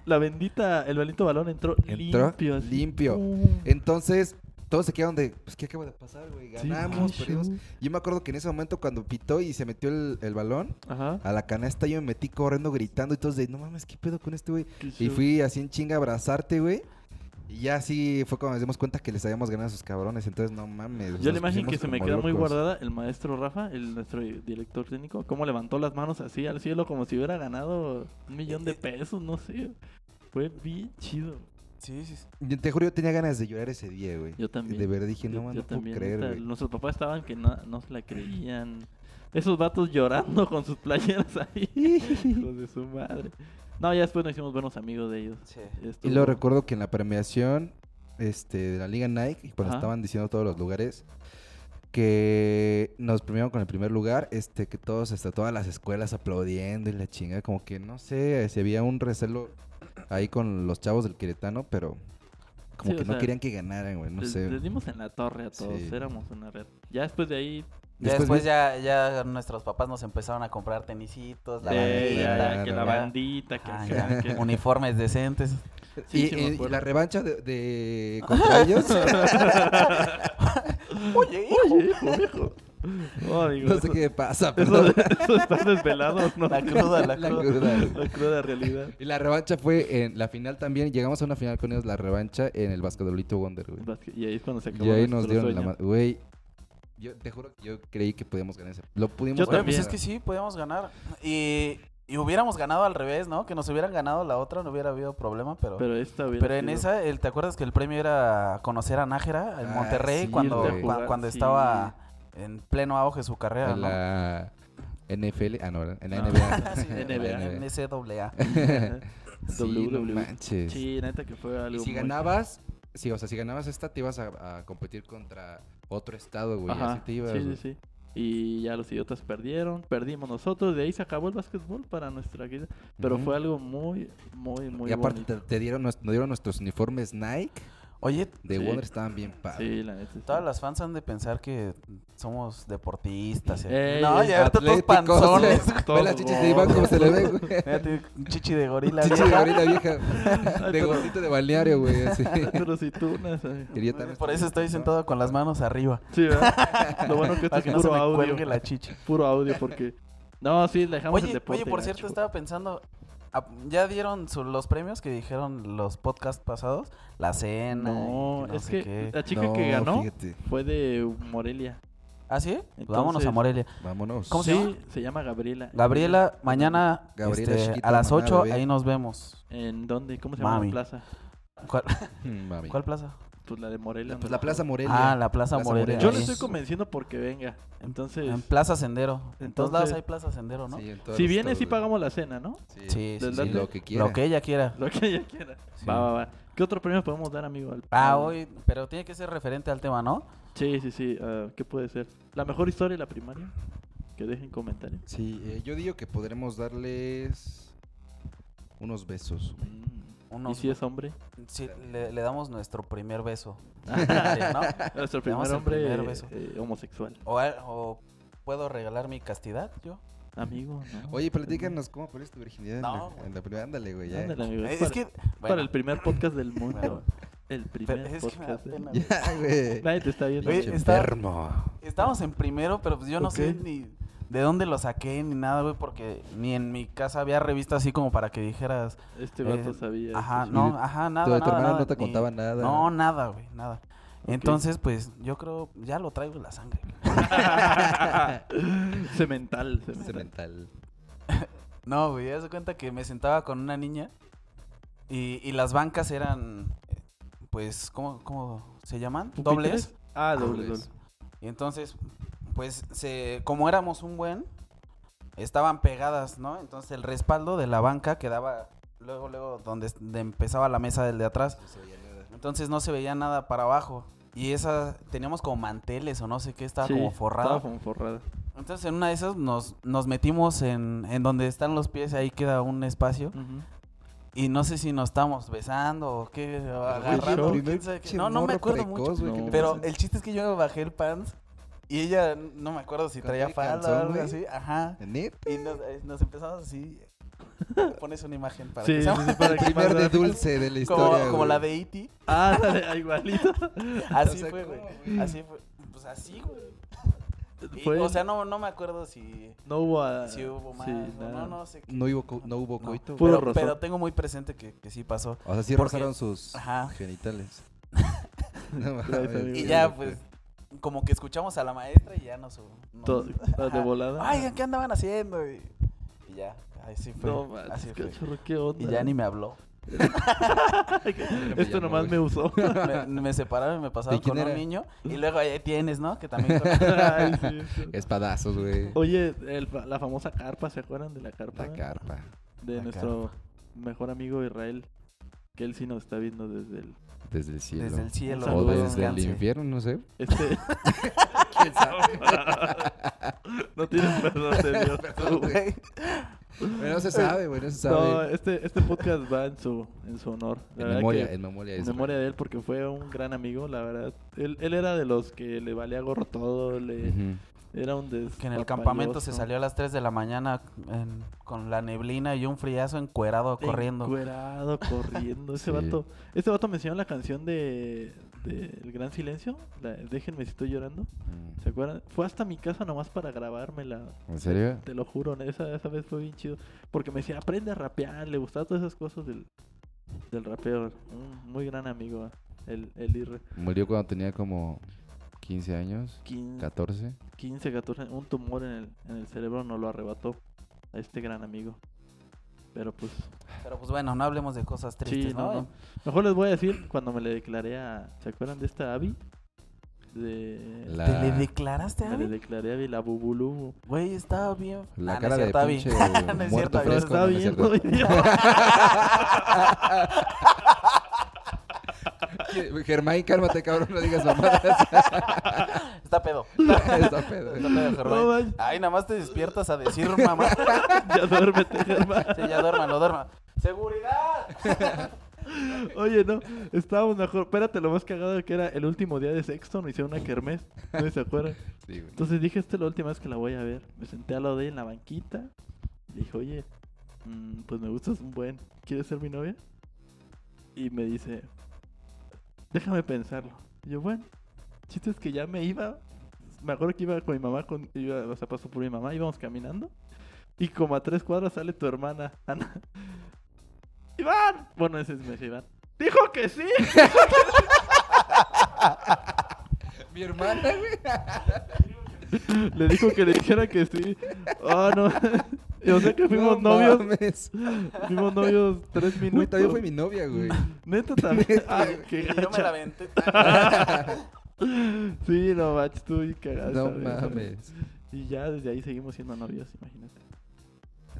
S1: la bendita, el bendito balón entró,
S2: Entró
S1: limpio. así. Uh,
S2: limpio. Eh,
S1: Pum.
S2: Entonces, todos se quedaron de, pues, ¿qué acaba de pasar, güey?
S1: Sí,
S2: Ganamos,
S1: qué
S2: perdimos.
S1: show.
S2: Yo me acuerdo que en ese momento cuando pitó y se metió el, el balón
S1: Ajá.
S2: a la canasta, yo me metí corriendo, gritando y todos de, no mames, ¿qué pedo con este, güey?
S1: qué
S2: Y
S1: show.
S2: fui así en chinga a abrazarte, güey. Y ya así fue cuando nos dimos cuenta que les habíamos ganado a esos cabrones. Entonces, no mames.
S1: Yo
S2: nos
S1: la imagen
S2: pusimos
S1: que se me
S2: como
S1: quedó muy
S2: locos.
S1: guardada, el maestro Rafa, el nuestro director técnico, cómo levantó las manos así al cielo como si hubiera ganado un millón
S2: [laughs]
S1: de pesos, no sé. Fue bien chido.
S3: Sí, sí, sí.
S2: Yo te juro, yo tenía ganas de llorar ese día, güey.
S1: Yo también.
S2: De verdad dije,
S1: Yo-
S2: no, man,
S1: yo
S2: no puedo
S1: también,
S2: creer,
S1: neta,
S2: güey.
S1: Nuestros papás estaban que no, no se la creían. Esos vatos llorando con sus playeras [laughs] ahí. Hijos de su madre. No, ya después nos hicimos buenos amigos de ellos.
S3: sí.
S2: Y
S1: Estuvo-
S2: lo recuerdo que en la premiación este, de la Liga Nike, cuando
S1: Ajá.
S2: estaban diciendo todos los lugares, que nos premiaron con el primer lugar, este, que todos, hasta todas las escuelas aplaudiendo y la chinga, como que no sé, si había un recelo ahí con los chavos del Queretano, pero como
S1: Sí, o
S2: que no
S1: sea,
S2: querían que ganaran, güey, no
S1: les,
S2: sé.
S1: les dimos en la torre a todos.
S2: Sí.
S1: Éramos una red. Ya después de ahí.
S3: Ya
S2: Después
S3: después
S2: vi-
S3: ya, ya nuestros papás nos empezaron a comprar tenisitos, la
S1: Sí,
S3: bandita,
S1: ya, ya,
S2: bandita,
S1: que la
S2: ya.
S1: bandita, que
S3: Ah,
S1: acá,
S3: ya,
S1: que-
S3: uniformes decentes.
S1: Sí,
S2: y,
S1: sí me
S2: y- y
S1: acuerdo.
S2: la revancha de,
S1: [laughs]
S2: de- contra ellos,
S3: Oye,
S1: Oye, hijo, viejo.
S2: [laughs]
S1: Oh, digo,
S2: [laughs] no sé
S1: eso-
S2: qué pasa,
S1: Eso,
S2: pero
S1: eso está desvelado, [laughs] ¿no?
S3: La cruda,
S2: [laughs]
S3: la
S2: la
S3: cruda.
S2: cruda, güey.
S1: La cruda realidad.
S2: Y la revancha fue en la final también. Llegamos a una final con ellos, la revancha en el basquetbolito Wonder, güey.
S1: Y ahí es cuando se acabó
S2: Y ahí nos
S1: nuestro
S2: dieron la
S1: sueño.
S2: ma- Güey, yo te juro que yo creí que podíamos ganar ese. Lo pudimos
S1: Yo
S3: Oye,
S2: ganar.
S1: también.
S3: pues es que sí, podíamos ganar. Y, y hubiéramos ganado al revés, ¿no? Que nos hubieran ganado la otra, no hubiera habido problema, pero... Pero,
S1: Pero esta hubiera
S3: en
S1: sido-
S3: esa, el, ¿te acuerdas que el premio era conocer a Nájera en
S2: Ah,
S3: Monterrey
S2: sí,
S3: cuando,
S2: irte a
S3: cua-
S1: jugar,
S3: cuando
S1: sí.
S3: estaba en pleno auge su carrera,
S2: En
S3: ¿no?
S2: la NFL. Ah, no, ¿verdad? En la
S1: No. [laughs]
S2: NBA.
S3: Sí,
S2: [laughs] En la
S1: NBA.
S2: NBA.
S3: NCAA.
S1: [laughs]
S2: E. Sí, no
S1: WWE.
S2: manches.
S1: Sí, neta que fue algo.
S2: Y si
S1: muy-
S2: ganabas, sí, o sea, si ganabas esta, te ibas a, a competir contra otro estado, güey.
S1: Ajá,
S2: Así te ibas.
S1: sí, sí,
S2: güey.
S1: sí. Y ya los idiotas perdieron, perdimos nosotros, de ahí se acabó el básquetbol para nuestra guía. Pero
S2: Ujú.
S1: fue algo muy, muy, muy
S2: y aparte
S1: bonito.
S2: te, te dieron, nos, nos dieron nuestros uniformes Nike
S3: Oye,
S2: de
S1: Sí.
S2: Wonder, estaban bien padres.
S1: Sí, la neta. sí.
S3: Todas las fans han de pensar que somos deportistas. eh.
S1: Ey,
S3: no,
S1: ey,
S3: ya ahorita todos
S2: Atléticos, ¿eh?
S3: panzones.
S2: [laughs]
S3: [laughs]
S2: güey.
S1: todos
S2: Ve las chichis de Iván
S1: gordos.
S2: como se le ve, güey.
S3: Mira, tiene un Chichi de gorila.
S2: Chichis de
S3: vieja.
S2: gorila
S1: [laughs]
S2: vieja. De gordito de balneario, güey. Así.
S1: [laughs] Pero si tú, no
S2: [laughs]
S1: sé.
S2: Quería tal vez
S3: Por eso estoy
S2: ¿no?
S3: sentado con las manos arriba.
S1: Sí, ¿verdad? Lo bueno que esto
S3: Para
S1: es
S3: que no se
S1: puro
S3: me
S1: audio.
S3: cuelgue la chichi.
S1: Puro audio, porque. No, sí, dejamos el
S3: Oye,
S1: deporte.
S3: oye, por
S1: gacho.
S3: cierto, estaba pensando. ah, Ya dieron su- los premios que dijeron los podcasts pasados. La cena. y
S1: No,
S3: no
S1: es
S3: sé
S1: que eh,
S3: qué.
S1: la chica
S2: No,
S1: que ganó
S2: Fíjate.
S1: fue de Morelia.
S3: ¿Ah, sí? Pues Vámonos
S1: Entonces-
S3: a Morelia.
S2: Vámonos.
S3: ¿Cómo se
S1: sí,
S3: llama?
S1: se llama Gabriela.
S3: Gabriela, mañana
S2: Gabriela
S3: este,
S2: chiquita,
S3: a las
S2: maná,
S3: 8,
S2: bebé.
S3: ahí nos vemos.
S1: ¿En dónde? ¿Cómo se llama
S3: Mami.
S1: la plaza?
S3: ¿Cuál,
S2: Mm, mami.
S3: cuál plaza?
S1: Pues la de Morelia.
S2: Pues
S1: ¿no?
S2: la Plaza Morelia.
S3: Ah, la Plaza,
S2: Plaza
S3: Morelia.
S2: Morelia.
S1: Yo
S3: ahí. Ah,
S1: le estoy convenciendo porque venga. Entonces,
S3: En Plaza Sendero. en todos lados
S1: Entonces-
S3: hay Plaza Sendero, ¿no?
S2: Sí,
S3: Sí,
S2: en todos
S1: si
S2: los
S1: viene,
S2: estados,
S1: sí
S2: güey.
S1: pagamos la cena, ¿no? [laughs]
S2: Sí,
S3: sí,
S1: Del
S3: sí,
S1: date.
S2: lo que quiera.
S3: Lo que ella quiera.
S1: Lo que ella quiera.
S3: Sí.
S1: Va, va, va. ¿Qué otro premio podemos dar, amigo? Al-
S3: Ah,
S1: al-
S3: hoy, pero tiene que ser referente al tema, ¿no?
S1: Sí, sí, sí. ah, ¿Qué puede ser? ¿La mejor historia de la primaria? Que dejen comentarios.
S2: Sí, eh, yo digo que podremos darles unos besos.
S1: Mm. ¿Y
S3: Unos-
S1: si es
S3: [laughs]
S1: hombre?
S3: sí, le, le damos nuestro primer beso. ¿no?
S1: Nuestro
S3: Damos
S1: primer
S3: el
S1: hombre
S3: primer beso.
S1: eh, homosexual.
S3: O, al- o puedo regalar mi castidad, yo.
S1: Amigo, ¿no?
S2: Oye, platícanos cómo perdiste tu virginidad en la-
S3: No,
S2: en la primera. Ándale, güey. ya.
S1: Ándale, amigo,
S3: Eh,
S1: es
S3: Es,
S1: para,
S3: que.
S1: para
S3: bueno,
S1: el primer podcast
S3: [laughs]
S1: del mundo.
S3: bueno,
S1: el
S3: pero
S1: primer
S3: es que me da
S1: podcast. del
S3: pena,
S1: mundo.
S3: [laughs] güey.
S2: [laughs] Ya, güey.
S1: Nadie te está viendo.
S3: Oye,
S2: Pinche
S3: está-
S2: enfermo.
S3: Estábamos en primero, pero pues yo no sé
S1: Ok.
S3: ni de dónde lo saqué ni nada, güey, porque ni en mi casa había revista así como para que dijeras.
S1: este vato
S3: eh,
S1: sabía.
S3: Ajá,
S1: este-
S3: no, ajá, nada.
S2: Tu- tu
S3: nada,
S2: hermana
S3: nada,
S2: no te
S3: ni-
S2: contaba nada.
S3: No, nada, güey, nada.
S1: Ok.
S3: Entonces, pues yo creo, ya lo traigo en la sangre.
S1: [laughs] cemental,
S2: Ese
S1: cemental.
S2: mental.
S3: No, güey, haz de cuenta que me sentaba con una niña y, y las bancas eran, eh, pues, ¿cómo, cómo se llaman?
S1: ¿Pupitres?
S3: Dobles.
S1: Ah, doble,
S2: dobles.
S1: doble.
S3: Y entonces, pues, se, como éramos un buen, estaban pegadas, ¿no? Entonces el respaldo de la banca quedaba luego, luego, donde es- de- empezaba la mesa del de atrás.
S2: No se veía nada.
S3: Entonces no se veía nada para abajo. Y esa, teníamos como manteles o no sé qué, estaba
S1: Sí,
S3: como forrada.
S1: Estaba como forrada.
S3: Entonces en una de esas nos, nos metimos en, en donde están los pies, ahí queda un espacio.
S1: Ujú.
S3: Y no sé si nos estamos besando o qué, o agarrando.
S1: show.
S3: quién sabe qué. No, no me
S2: Morro
S3: acuerdo mucho.
S2: precoz, güey, ¿qué
S1: No.
S2: le
S3: Pero
S2: pasa?
S3: el chiste es que yo me bajé el pants y ella, no me acuerdo si
S2: ¿Con
S3: traía
S2: qué
S3: falda o
S2: calzón,
S3: algo
S2: güey?
S3: así. Ajá.
S2: ¿Neta? [laughs]
S3: Y nos, eh, nos empezamos así. Pones una imagen para
S1: Sí,
S3: que
S1: sí,
S3: [laughs] sea
S1: sí,
S2: El
S1: para que
S2: primer
S1: más
S2: de
S1: rápido.
S2: dulce de la
S3: como,
S2: historia.
S3: como la
S2: güey.
S3: de E.T.
S1: [laughs] Ah, dale, igualito.
S3: Así
S2: [laughs] O sea,
S3: fue, güey.
S2: ¿cómo, güey?
S3: Así fue. Pues así, güey. Y,
S1: Fue-
S3: O sea, no, no me acuerdo si,
S1: no hubo. ah,
S3: si hubo más.
S1: sí,
S3: o
S1: nada.
S3: no, no sé qué.
S2: No hubo, co- no hubo coito.
S1: Puro
S3: pero,
S1: rozón.
S3: pero tengo muy presente que, que sí pasó.
S2: O sea, sí
S3: Porque-
S2: rozaron sus [laughs]
S3: Ajá.
S2: genitales. No
S1: Gracias,
S2: mames,
S1: amigo.
S3: Y
S2: güey.
S3: ya, pues, como que escuchamos a la maestra y ya nos. nos- [laughs]
S1: Todo- todo de
S3: Ajá.
S1: volada.
S3: Oigan, ¿qué andaban haciendo? Y, y ya, así fue.
S1: No, man,
S3: así fue.
S1: cachorro, qué onda.
S3: Y ya ni me habló.
S1: [laughs] Esto
S2: llamó,
S1: nomás
S2: güey.
S1: me
S3: [laughs]
S1: usó.
S3: me, me separaron y me pasaron
S2: quién
S3: con un
S2: era?
S3: niño. Y luego ahí tienes, ¿no? Que también.
S2: [laughs]
S1: Ay, sí, sí.
S2: Espadazos, güey.
S1: Oye, el fa- la famosa carpa, ¿se acuerdan de la carpa?
S2: La carpa.
S1: de
S3: la
S1: nuestro mejor amigo Israel, que él sí nos está viendo desde el...
S2: Desde el cielo.
S3: Desde el cielo.
S2: O
S1: Saludos.
S3: güey,
S2: desde el
S3: descanse.
S2: infierno, no sé.
S1: Este... [laughs] no tienes perdón de
S2: [laughs]
S1: Dios.
S2: [laughs] Perdón, güey.
S3: Güey,
S2: Bueno, no se sabe, güey, no se sabe.
S1: No, este, este podcast va en su, en su honor. La
S2: en
S1: verdad
S2: memoria,
S1: que-
S2: en memoria.
S1: en
S2: es-
S1: memoria de él porque fue un gran amigo, la verdad. Él, él era de los que le valía gorro todo, le...
S2: Ujú.
S1: era un des
S3: Que en el campamento se salió a las 3 de la mañana en- con la neblina y un friazo encuerado corriendo.
S1: Encuerado, corriendo. Ese
S2: [laughs] Sí.
S1: vato. Ese vato mencionó la canción de, de El Gran Silencio. la- Déjenme si estoy llorando. ¿Se acuerdan? Fue hasta mi casa nomás para grabármela.
S2: ¿En serio?
S1: Te lo juro, esa, esa vez fue bien chido. Porque me decía, aprende a rapear. Le gustaban todas esas cosas del, del rapeo. Un muy gran amigo, el, el IR.
S2: Murió cuando tenía como 15 años,
S1: 15,
S2: 14.
S1: 14, un tumor en el, en el cerebro no lo arrebató a este gran amigo. Pero pues
S3: Pero pues bueno, no hablemos de cosas tristes,
S1: Sí,
S3: ¿no?
S1: no, no. Mejor les voy a decir cuando me le declaré a. ¿Se acuerdan de esta Abby? De.
S2: La,
S3: ¿Te le declaraste a
S1: Me le
S3: Abby?
S1: declaré a Abby la Bubulubu.
S3: Güey, estaba bien.
S2: la
S3: Ah, no
S2: cara
S3: es
S2: de
S3: cierto, Abby.
S2: pinche
S3: [laughs] No es cierto,
S2: muerto
S3: Abby.
S1: Lo
S2: fresco.
S1: estaba
S2: no, no es
S1: viendo.
S2: cierto.
S1: idiota.
S2: Germán, cálmate, cabrón, no
S1: [laughs]
S2: digas mamadas.
S3: Está pedo.
S2: [laughs] Está pedo.
S3: Está pedo, Germán.
S1: No manches.
S3: Ay, nada más te despiertas a decir mamá.
S1: [laughs] ya duérmete, Germán.
S3: Sí, ya duerma, no duerma. ¡Seguridad!
S1: Oye, no. Estábamos mejor. Espérate, lo más cagado que era el último día de sexto. Me hicieron una kermés. No se acuerdan.
S2: Sí, güey.
S1: Entonces dije, esta es la última vez que la voy a ver. Me senté al lado de ella en la banquita. Le dije, oye, mm, pues me gustas un buen. ¿Quieres ser mi novia? Y me dice, déjame pensarlo. Y yo, bueno, chiste es que ya me iba. Me acuerdo que iba con mi mamá, con, iba, o sea, pasó por mi mamá, íbamos caminando. Y como a tres cuadras sale tu hermana, Ana. [laughs] ¡Iván! Bueno, ese es me dice Iván. ¡Dijo que sí! [laughs]
S2: Mi hermana, güey.
S1: le dijo que le dijera que sí. Oh, no. [laughs] Yo sé que fuimos
S2: No
S1: novios.
S2: mames.
S1: Fuimos novios tres minutos.
S2: Güey, también fue mi este, novia,
S1: [laughs]
S2: güey.
S1: Neta
S2: [laughs]
S1: también.
S2: Neta,
S1: Ah,
S2: güey.
S1: [laughs] qué
S3: Y yo me la
S1: gacha. Ah,
S3: aventé.
S1: Sí, no manches, tú y cagaste.
S2: No mames.
S1: Y ya desde ahí seguimos siendo novios, imagínate.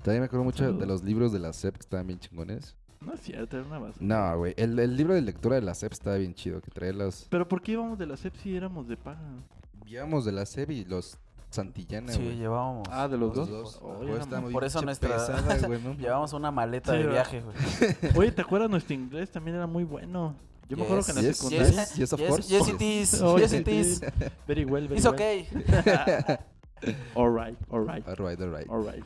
S2: También me acuerdo mucho de
S1: Saludos.
S2: los libros de la SEP que estaban bien chingones.
S1: No es cierto, era una basura.
S2: No, güey. El, el libro de lectura de la SEP estaba bien chido. Que trae los.
S1: Pero ¿por qué íbamos de la SEP si éramos de paga?
S2: [laughs] Llevamos de la SEP y los Santillana,
S3: Sí,
S2: güey.
S3: llevábamos.
S1: Ah, de
S2: Por
S1: Oye, no mames.
S3: Por eso nuestra- [laughs] Llevábamos una maleta
S1: Sí,
S3: de
S1: ¿verdad?
S3: viaje, güey.
S1: Oye, ¿te acuerdas? Nuestro inglés también era muy bueno. Yo me acuerdo que en la
S2: Yes,
S1: secundaria.
S2: yes, yes, of
S3: yes,
S2: course.
S3: Yes, it is.
S1: [laughs] Oh,
S3: yes, it is.
S1: Very well, very
S3: It's
S1: well.
S3: okay.
S1: Alright, alright.
S2: Alright, alright.
S1: Alright.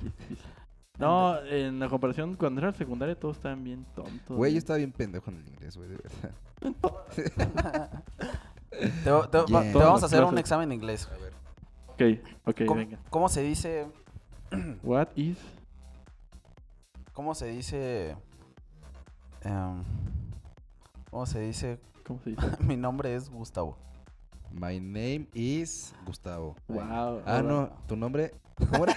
S1: No, en la comparación, cuando era secundaria todos estaban bien tontos.
S2: Güey, yo estaba bien pendejo en el inglés, güey, de verdad.
S3: Te, te- va- te
S2: Todas
S3: vamos
S1: las
S3: a hacer un
S1: clases.
S3: examen de inglés.
S2: A ver.
S1: Ok, ok,
S3: ¿Cómo,
S1: venga.
S3: cómo se dice?
S1: What is
S3: ¿Cómo se dice? em, ¿Cómo se dice? [laughs]
S1: ¿Cómo se dice?
S3: Mi nombre es Gustavo. [laughs]
S2: My name is Gustavo.
S1: Wow.
S2: Ah, no, tu nombre. ¿Cómo era?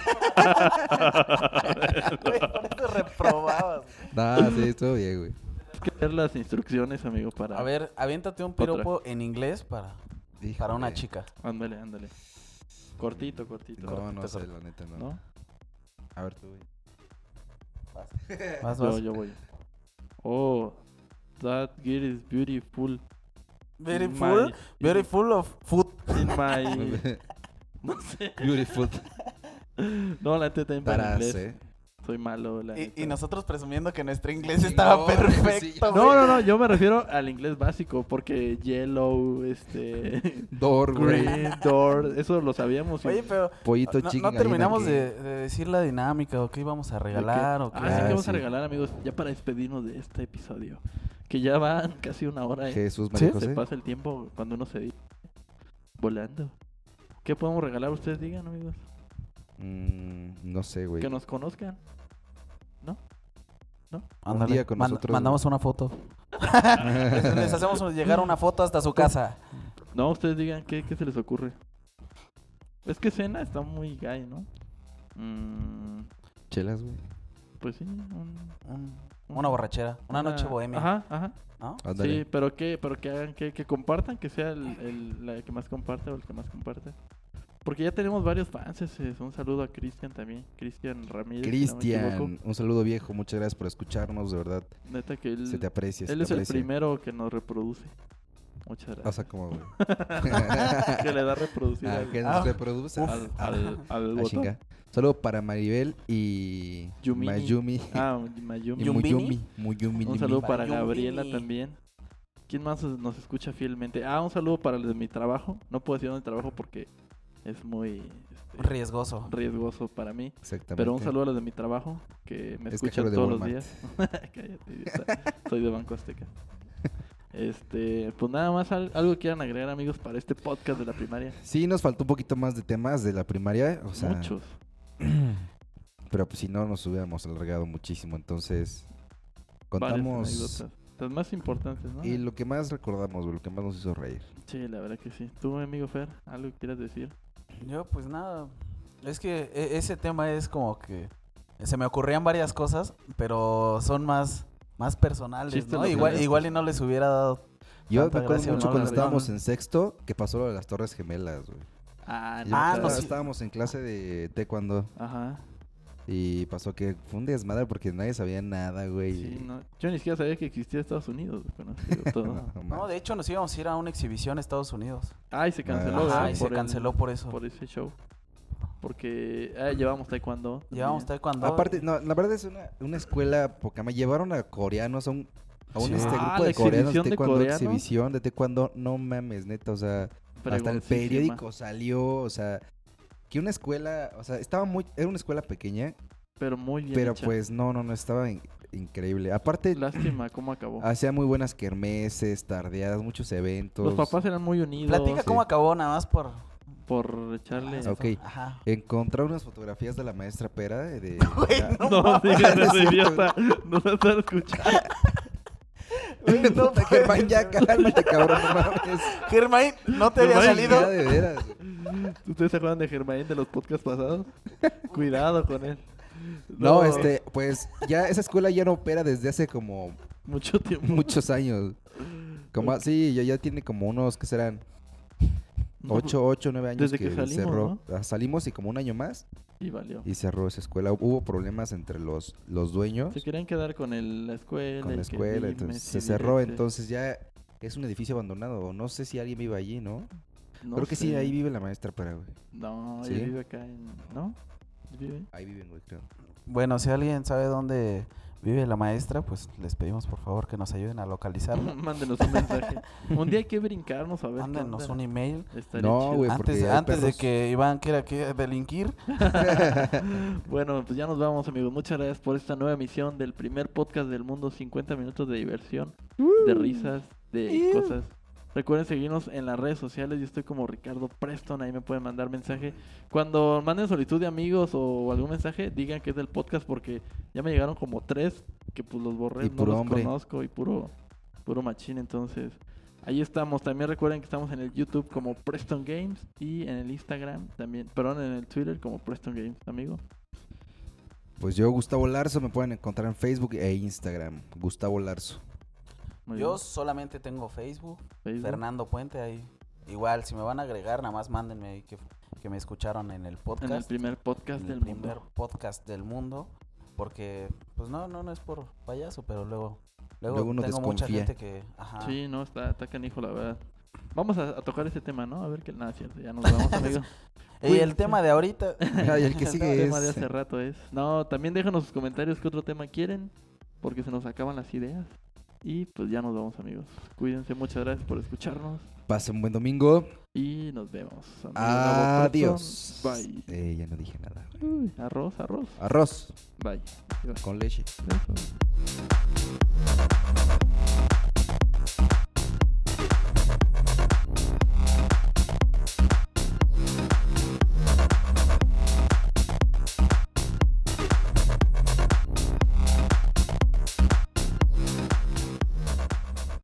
S3: Güey, Por eso reprobabas.
S2: no, Ah, sí, estuvo bien, güey.
S1: Tienes que leer las instrucciones, amigo, para.
S3: A ver, aviéntate un piropo en inglés para,
S2: Híjole.
S3: para una chica.
S1: Ándale, ándale. Cortito, cortito.
S2: eh, No, no
S3: cortito,
S2: sé, la neta, no.
S1: ¿No?
S2: A ver, tú, güey. Eh.
S3: Vas,
S1: Yo,
S3: vas.
S1: yo voy. Oh, that girl is beautiful. In
S3: Beautiful,
S1: my-
S3: beautiful of food.
S1: In
S3: [laughs]
S1: my. [laughs] No sé.
S2: [laughs] Beautiful.
S1: No, la neta también para
S2: Taras,
S1: inglés.
S2: eh.
S1: Soy malo. La
S3: Y,
S1: neta.
S3: y nosotros presumiendo que nuestro inglés estaba
S2: No, sí, ya-
S3: perfecto.
S1: No,
S3: güey.
S1: no, no, yo me refiero al inglés básico, porque yellow,
S3: [laughs]
S1: este,
S2: Dor, güey.
S1: green, door, eso lo sabíamos. y-
S3: Oye, pero
S2: Pollito
S3: no,
S2: chicken,
S3: no
S2: gallina,
S3: terminamos
S2: que-
S3: de, de decir la dinámica o qué íbamos a regalar o qué.
S1: Ah, sí,
S2: Ah,
S1: que vamos
S2: sí.
S1: a regalar, amigos, ya para despedirnos de este episodio, que ya van casi una hora. eh.
S2: Jesús María
S3: ¿Sí?
S1: Se
S2: José.
S1: pasa el tiempo cuando uno se dice volando. ¿Qué podemos regalar? Ustedes digan, amigos.
S2: Mm, no sé, güey.
S1: Que nos conozcan.
S2: Un día con
S3: man-
S2: nosotros,
S3: Mandamos
S2: [laughs]
S3: una foto. Les les hacemos llegar una foto hasta su casa.
S1: No, ustedes digan, ¿qué, qué se les ocurre? Es que cena está muy gay, ¿no? Mm,
S2: Chelas, güey.
S1: pues sí. un-
S3: Un- Una borrachera. Una noche bohemia.
S1: Ah, Ajá, ajá.
S3: ¿no?
S2: Ándale.
S1: Sí, pero que, pero que hagan, que, que compartan, que sea el, el- la que más comparte o el que más comparte. Porque ya tenemos varios fans. ese, Un saludo a Cristian también. Cristian Ramírez. si no me equivoco.
S2: Cristian, un saludo viejo. Muchas gracias por escucharnos, de verdad.
S1: Neta que él.
S2: Se te aprecia. se
S1: Él
S2: te
S1: es el
S2: aprecia.
S1: primero que nos reproduce. Muchas
S2: O
S1: gracias.
S2: sea, como, güey.
S1: [laughs] que
S2: [laughs]
S1: le da reproducir
S2: Ah,
S1: al,
S2: que
S3: Ah,
S2: nos reproduce.
S1: al, al, al
S2: Ah,
S1: botón.
S2: chinga. Saludo para Maribel y
S1: Yumini.
S2: Mayumi.
S1: Ah, Mayumi.
S2: [laughs] y Muyumi.
S3: Yumbini.
S2: Muyumi.
S1: Un saludo para
S3: Mayumi.
S1: Gabriela también. ¿Quién más nos escucha fielmente? Ah, un saludo para el de mi trabajo. No puedo decir dónde trabajo porque es muy este,
S3: Riesgoso.
S1: riesgoso para mí.
S2: Exactamente.
S1: Pero un saludo a los de mi trabajo que me
S2: Es
S1: escuchan
S2: cajero de
S1: todos los
S2: Walmart.
S1: días. [laughs] Cállate, idiota. Soy de Banco
S2: [laughs]
S1: Azteca. Este, pues nada más al- algo quieran agregar amigos para este podcast de la primaria.
S2: Sí, nos faltó un poquito más de temas de la primaria. O sea,
S1: Muchos.
S2: Pero pues si no, nos hubiéramos alargado muchísimo. Entonces,
S1: varias
S2: contamos.
S1: anécdotas. Las más importantes, ¿no?
S2: Y lo que más recordamos, güey, lo que más nos hizo reír.
S1: Sí, la verdad que sí. Tú, amigo Fer, algo que quieras decir.
S3: Yo, pues nada. Es que e- ese tema es como que se me ocurrían varias cosas, pero son más, más personales,
S1: Chistes
S3: ¿no?
S1: locales,
S3: Igual,
S1: pues.
S3: igual y no les hubiera dado.
S2: Yo
S3: Tanta
S2: me acuerdo
S3: gracia,
S2: mucho
S1: ¿no?
S2: cuando
S1: Las
S2: estábamos
S1: bromas.
S2: en sexto que pasó lo de las Torres Gemelas, güey.
S1: Ah,
S2: Yo me
S3: Ah,
S2: acuerdo,
S3: no, sí.
S2: Estábamos en clase de taekwondo
S1: Ajá.
S2: y pasó que fue un desmadre porque nadie sabía nada, güey.
S1: Sí, no. Yo ni siquiera sabía que existía Estados Unidos. Bueno, sí, digo, todo.
S2: [laughs] No, no
S3: No,
S2: mames.
S3: de hecho nos íbamos a ir a una exhibición a Estados Unidos.
S1: Ay, se canceló,
S2: Ah,
S1: ¿verdad?
S3: Ajá, y se
S1: el-
S3: canceló por eso.
S1: Por ese show. Porque ah, llevamos taekwondo.
S3: Llevamos
S1: también.
S3: taekwondo.
S2: Aparte, no, la verdad es una, una escuela poca. Me llevaron a coreanos a un, a un
S3: Sí.
S2: este
S1: Ah,
S2: grupo
S1: la
S2: de coreanos
S1: exhibición
S2: de
S1: de
S2: taekwondo,
S1: coreanos.
S2: exhibición de taekwondo. No mames, neta, o sea, hasta el
S1: Pregoncísima.
S2: periódico salió, o sea, que una escuela, o sea, estaba muy, era una escuela pequeña,
S1: Pero muy bien.
S2: pero
S1: hecha.
S2: pues eh, no, no, no, estaba in- increíble. Aparte,
S1: Lástima cómo acabó.
S2: hacía muy buenas kermeses, tardeadas, muchos eventos.
S1: Los papás eran muy unidos.
S3: Platica cómo
S2: sí.
S3: acabó nada más por...
S1: Por echarle.
S2: Ah, ok. [laughs]
S3: Ajá.
S2: Encontré unas fotografías de la maestra Pera eh, de... de-
S1: [laughs] No, digas eso, idiota. No me estás escuchando.
S3: [laughs]
S2: No, Germán, ya cálmate, cabrón, no mames.
S3: Germain, no te había
S1: Germain,
S3: salido.
S2: Ya, de veras.
S1: ¿Ustedes se acuerdan de Germain de los podcasts
S2: [laughs]
S1: pasados? Cuidado con él.
S2: No, este, pues ya esa escuela ya no opera desde hace como [laughs]
S1: Mucho tiempo.
S2: muchos años. Como así, ya, ya tiene como unos, ¿qué serán?
S1: No, pues,
S2: Ocho, ocho, nueve años
S1: Desde que salimos,
S2: cerró. Ah, Salimos y como un año más
S1: [laughs] Y valió.
S2: y cerró esa escuela. Hubo problemas entre los, los dueños
S1: Se querían quedar con el- la escuela.
S2: con
S1: y que
S2: la escuela,
S1: dime
S2: entonces
S1: si
S2: se cerró,
S1: directe.
S2: entonces ya es un edificio abandonado. No sé si alguien vive allí, ¿no?
S1: No
S2: creo que sí,
S1: sé.
S2: ahí vive la maestra, pero güey.
S1: No,
S2: ¿Sí?
S1: ella vive acá en. ¿No? ¿Vive?
S2: Ahí viven, güey, creo.
S3: Bueno, si alguien sabe dónde vive la maestra, pues les pedimos por favor que nos ayuden
S1: [laughs]
S3: a localizarla.
S1: Mándenos un mensaje. un día hay que brincarnos a ver. qué
S3: Mándenos
S1: onda.
S3: un email.
S1: Estaría
S2: No,
S1: chido.
S2: güey, porque
S3: Antes,
S2: hay
S3: antes de
S2: perros.
S3: que Iván quiera que delinquir,
S1: Bueno, pues ya nos vamos, amigos. Muchas gracias por esta nueva emisión del primer podcast del mundo. 50 minutos de diversión, de risas, de
S3: Iu.
S1: cosas. Recuerden seguirnos en las redes sociales. Yo estoy como Ricardo Preston. Ahí me pueden mandar mensaje. Cuando manden solicitud de amigos o algún mensaje, digan que es del podcast porque ya me llegaron como tres que pues los borré.
S2: Y
S1: no
S2: puro
S1: los
S2: hombre.
S1: conozco y puro, puro machín. Entonces, ahí estamos. También recuerden que estamos en el YouTube como Preston Games y en el Instagram también. Perdón, en el Twitter como Preston Games, amigo.
S2: Pues yo, Gustavo Larzo, me pueden encontrar en Facebook e Instagram.
S1: [laughs]
S2: Gustavo Larzo.
S1: Muy
S3: yo
S1: bien.
S3: solamente tengo Facebook,
S1: Facebook.
S3: Fernando Puente ahí. Igual, si me van a agregar, nada más mándenme ahí que, que me escucharon en el podcast.
S1: En el primer podcast
S3: en
S1: del
S3: el primer
S1: mundo.
S3: podcast del mundo. Porque, pues no, no, no es por payaso, pero luego, luego,
S2: Luego uno
S3: tengo mucha
S2: desconfía.
S3: gente que. Ajá.
S1: Sí, no,
S3: [laughs]
S1: está, está canijo, la verdad. Vamos a, a tocar ese tema, ¿no? A ver qué. Nada, es cierto, ya nos vamos, amigo.
S3: Y el tema
S1: [laughs]
S3: de ahorita.
S2: Ah, y el que
S1: El
S2: sigue es.
S1: tema de
S3: eh.
S1: hace rato es. No, también déjanos sus comentarios qué otro tema quieren, porque se nos acaban las ideas. Y pues ya nos vamos, amigos. Cuídense, muchas gracias por escucharnos.
S2: Pase un buen domingo.
S1: Y nos vemos. amigos.
S2: Adiós.
S1: Bye.
S2: Eh, ya no dije nada.
S1: Uy, Arroz, arroz.
S2: Arroz
S1: Bye.
S2: con leche.
S1: Besos.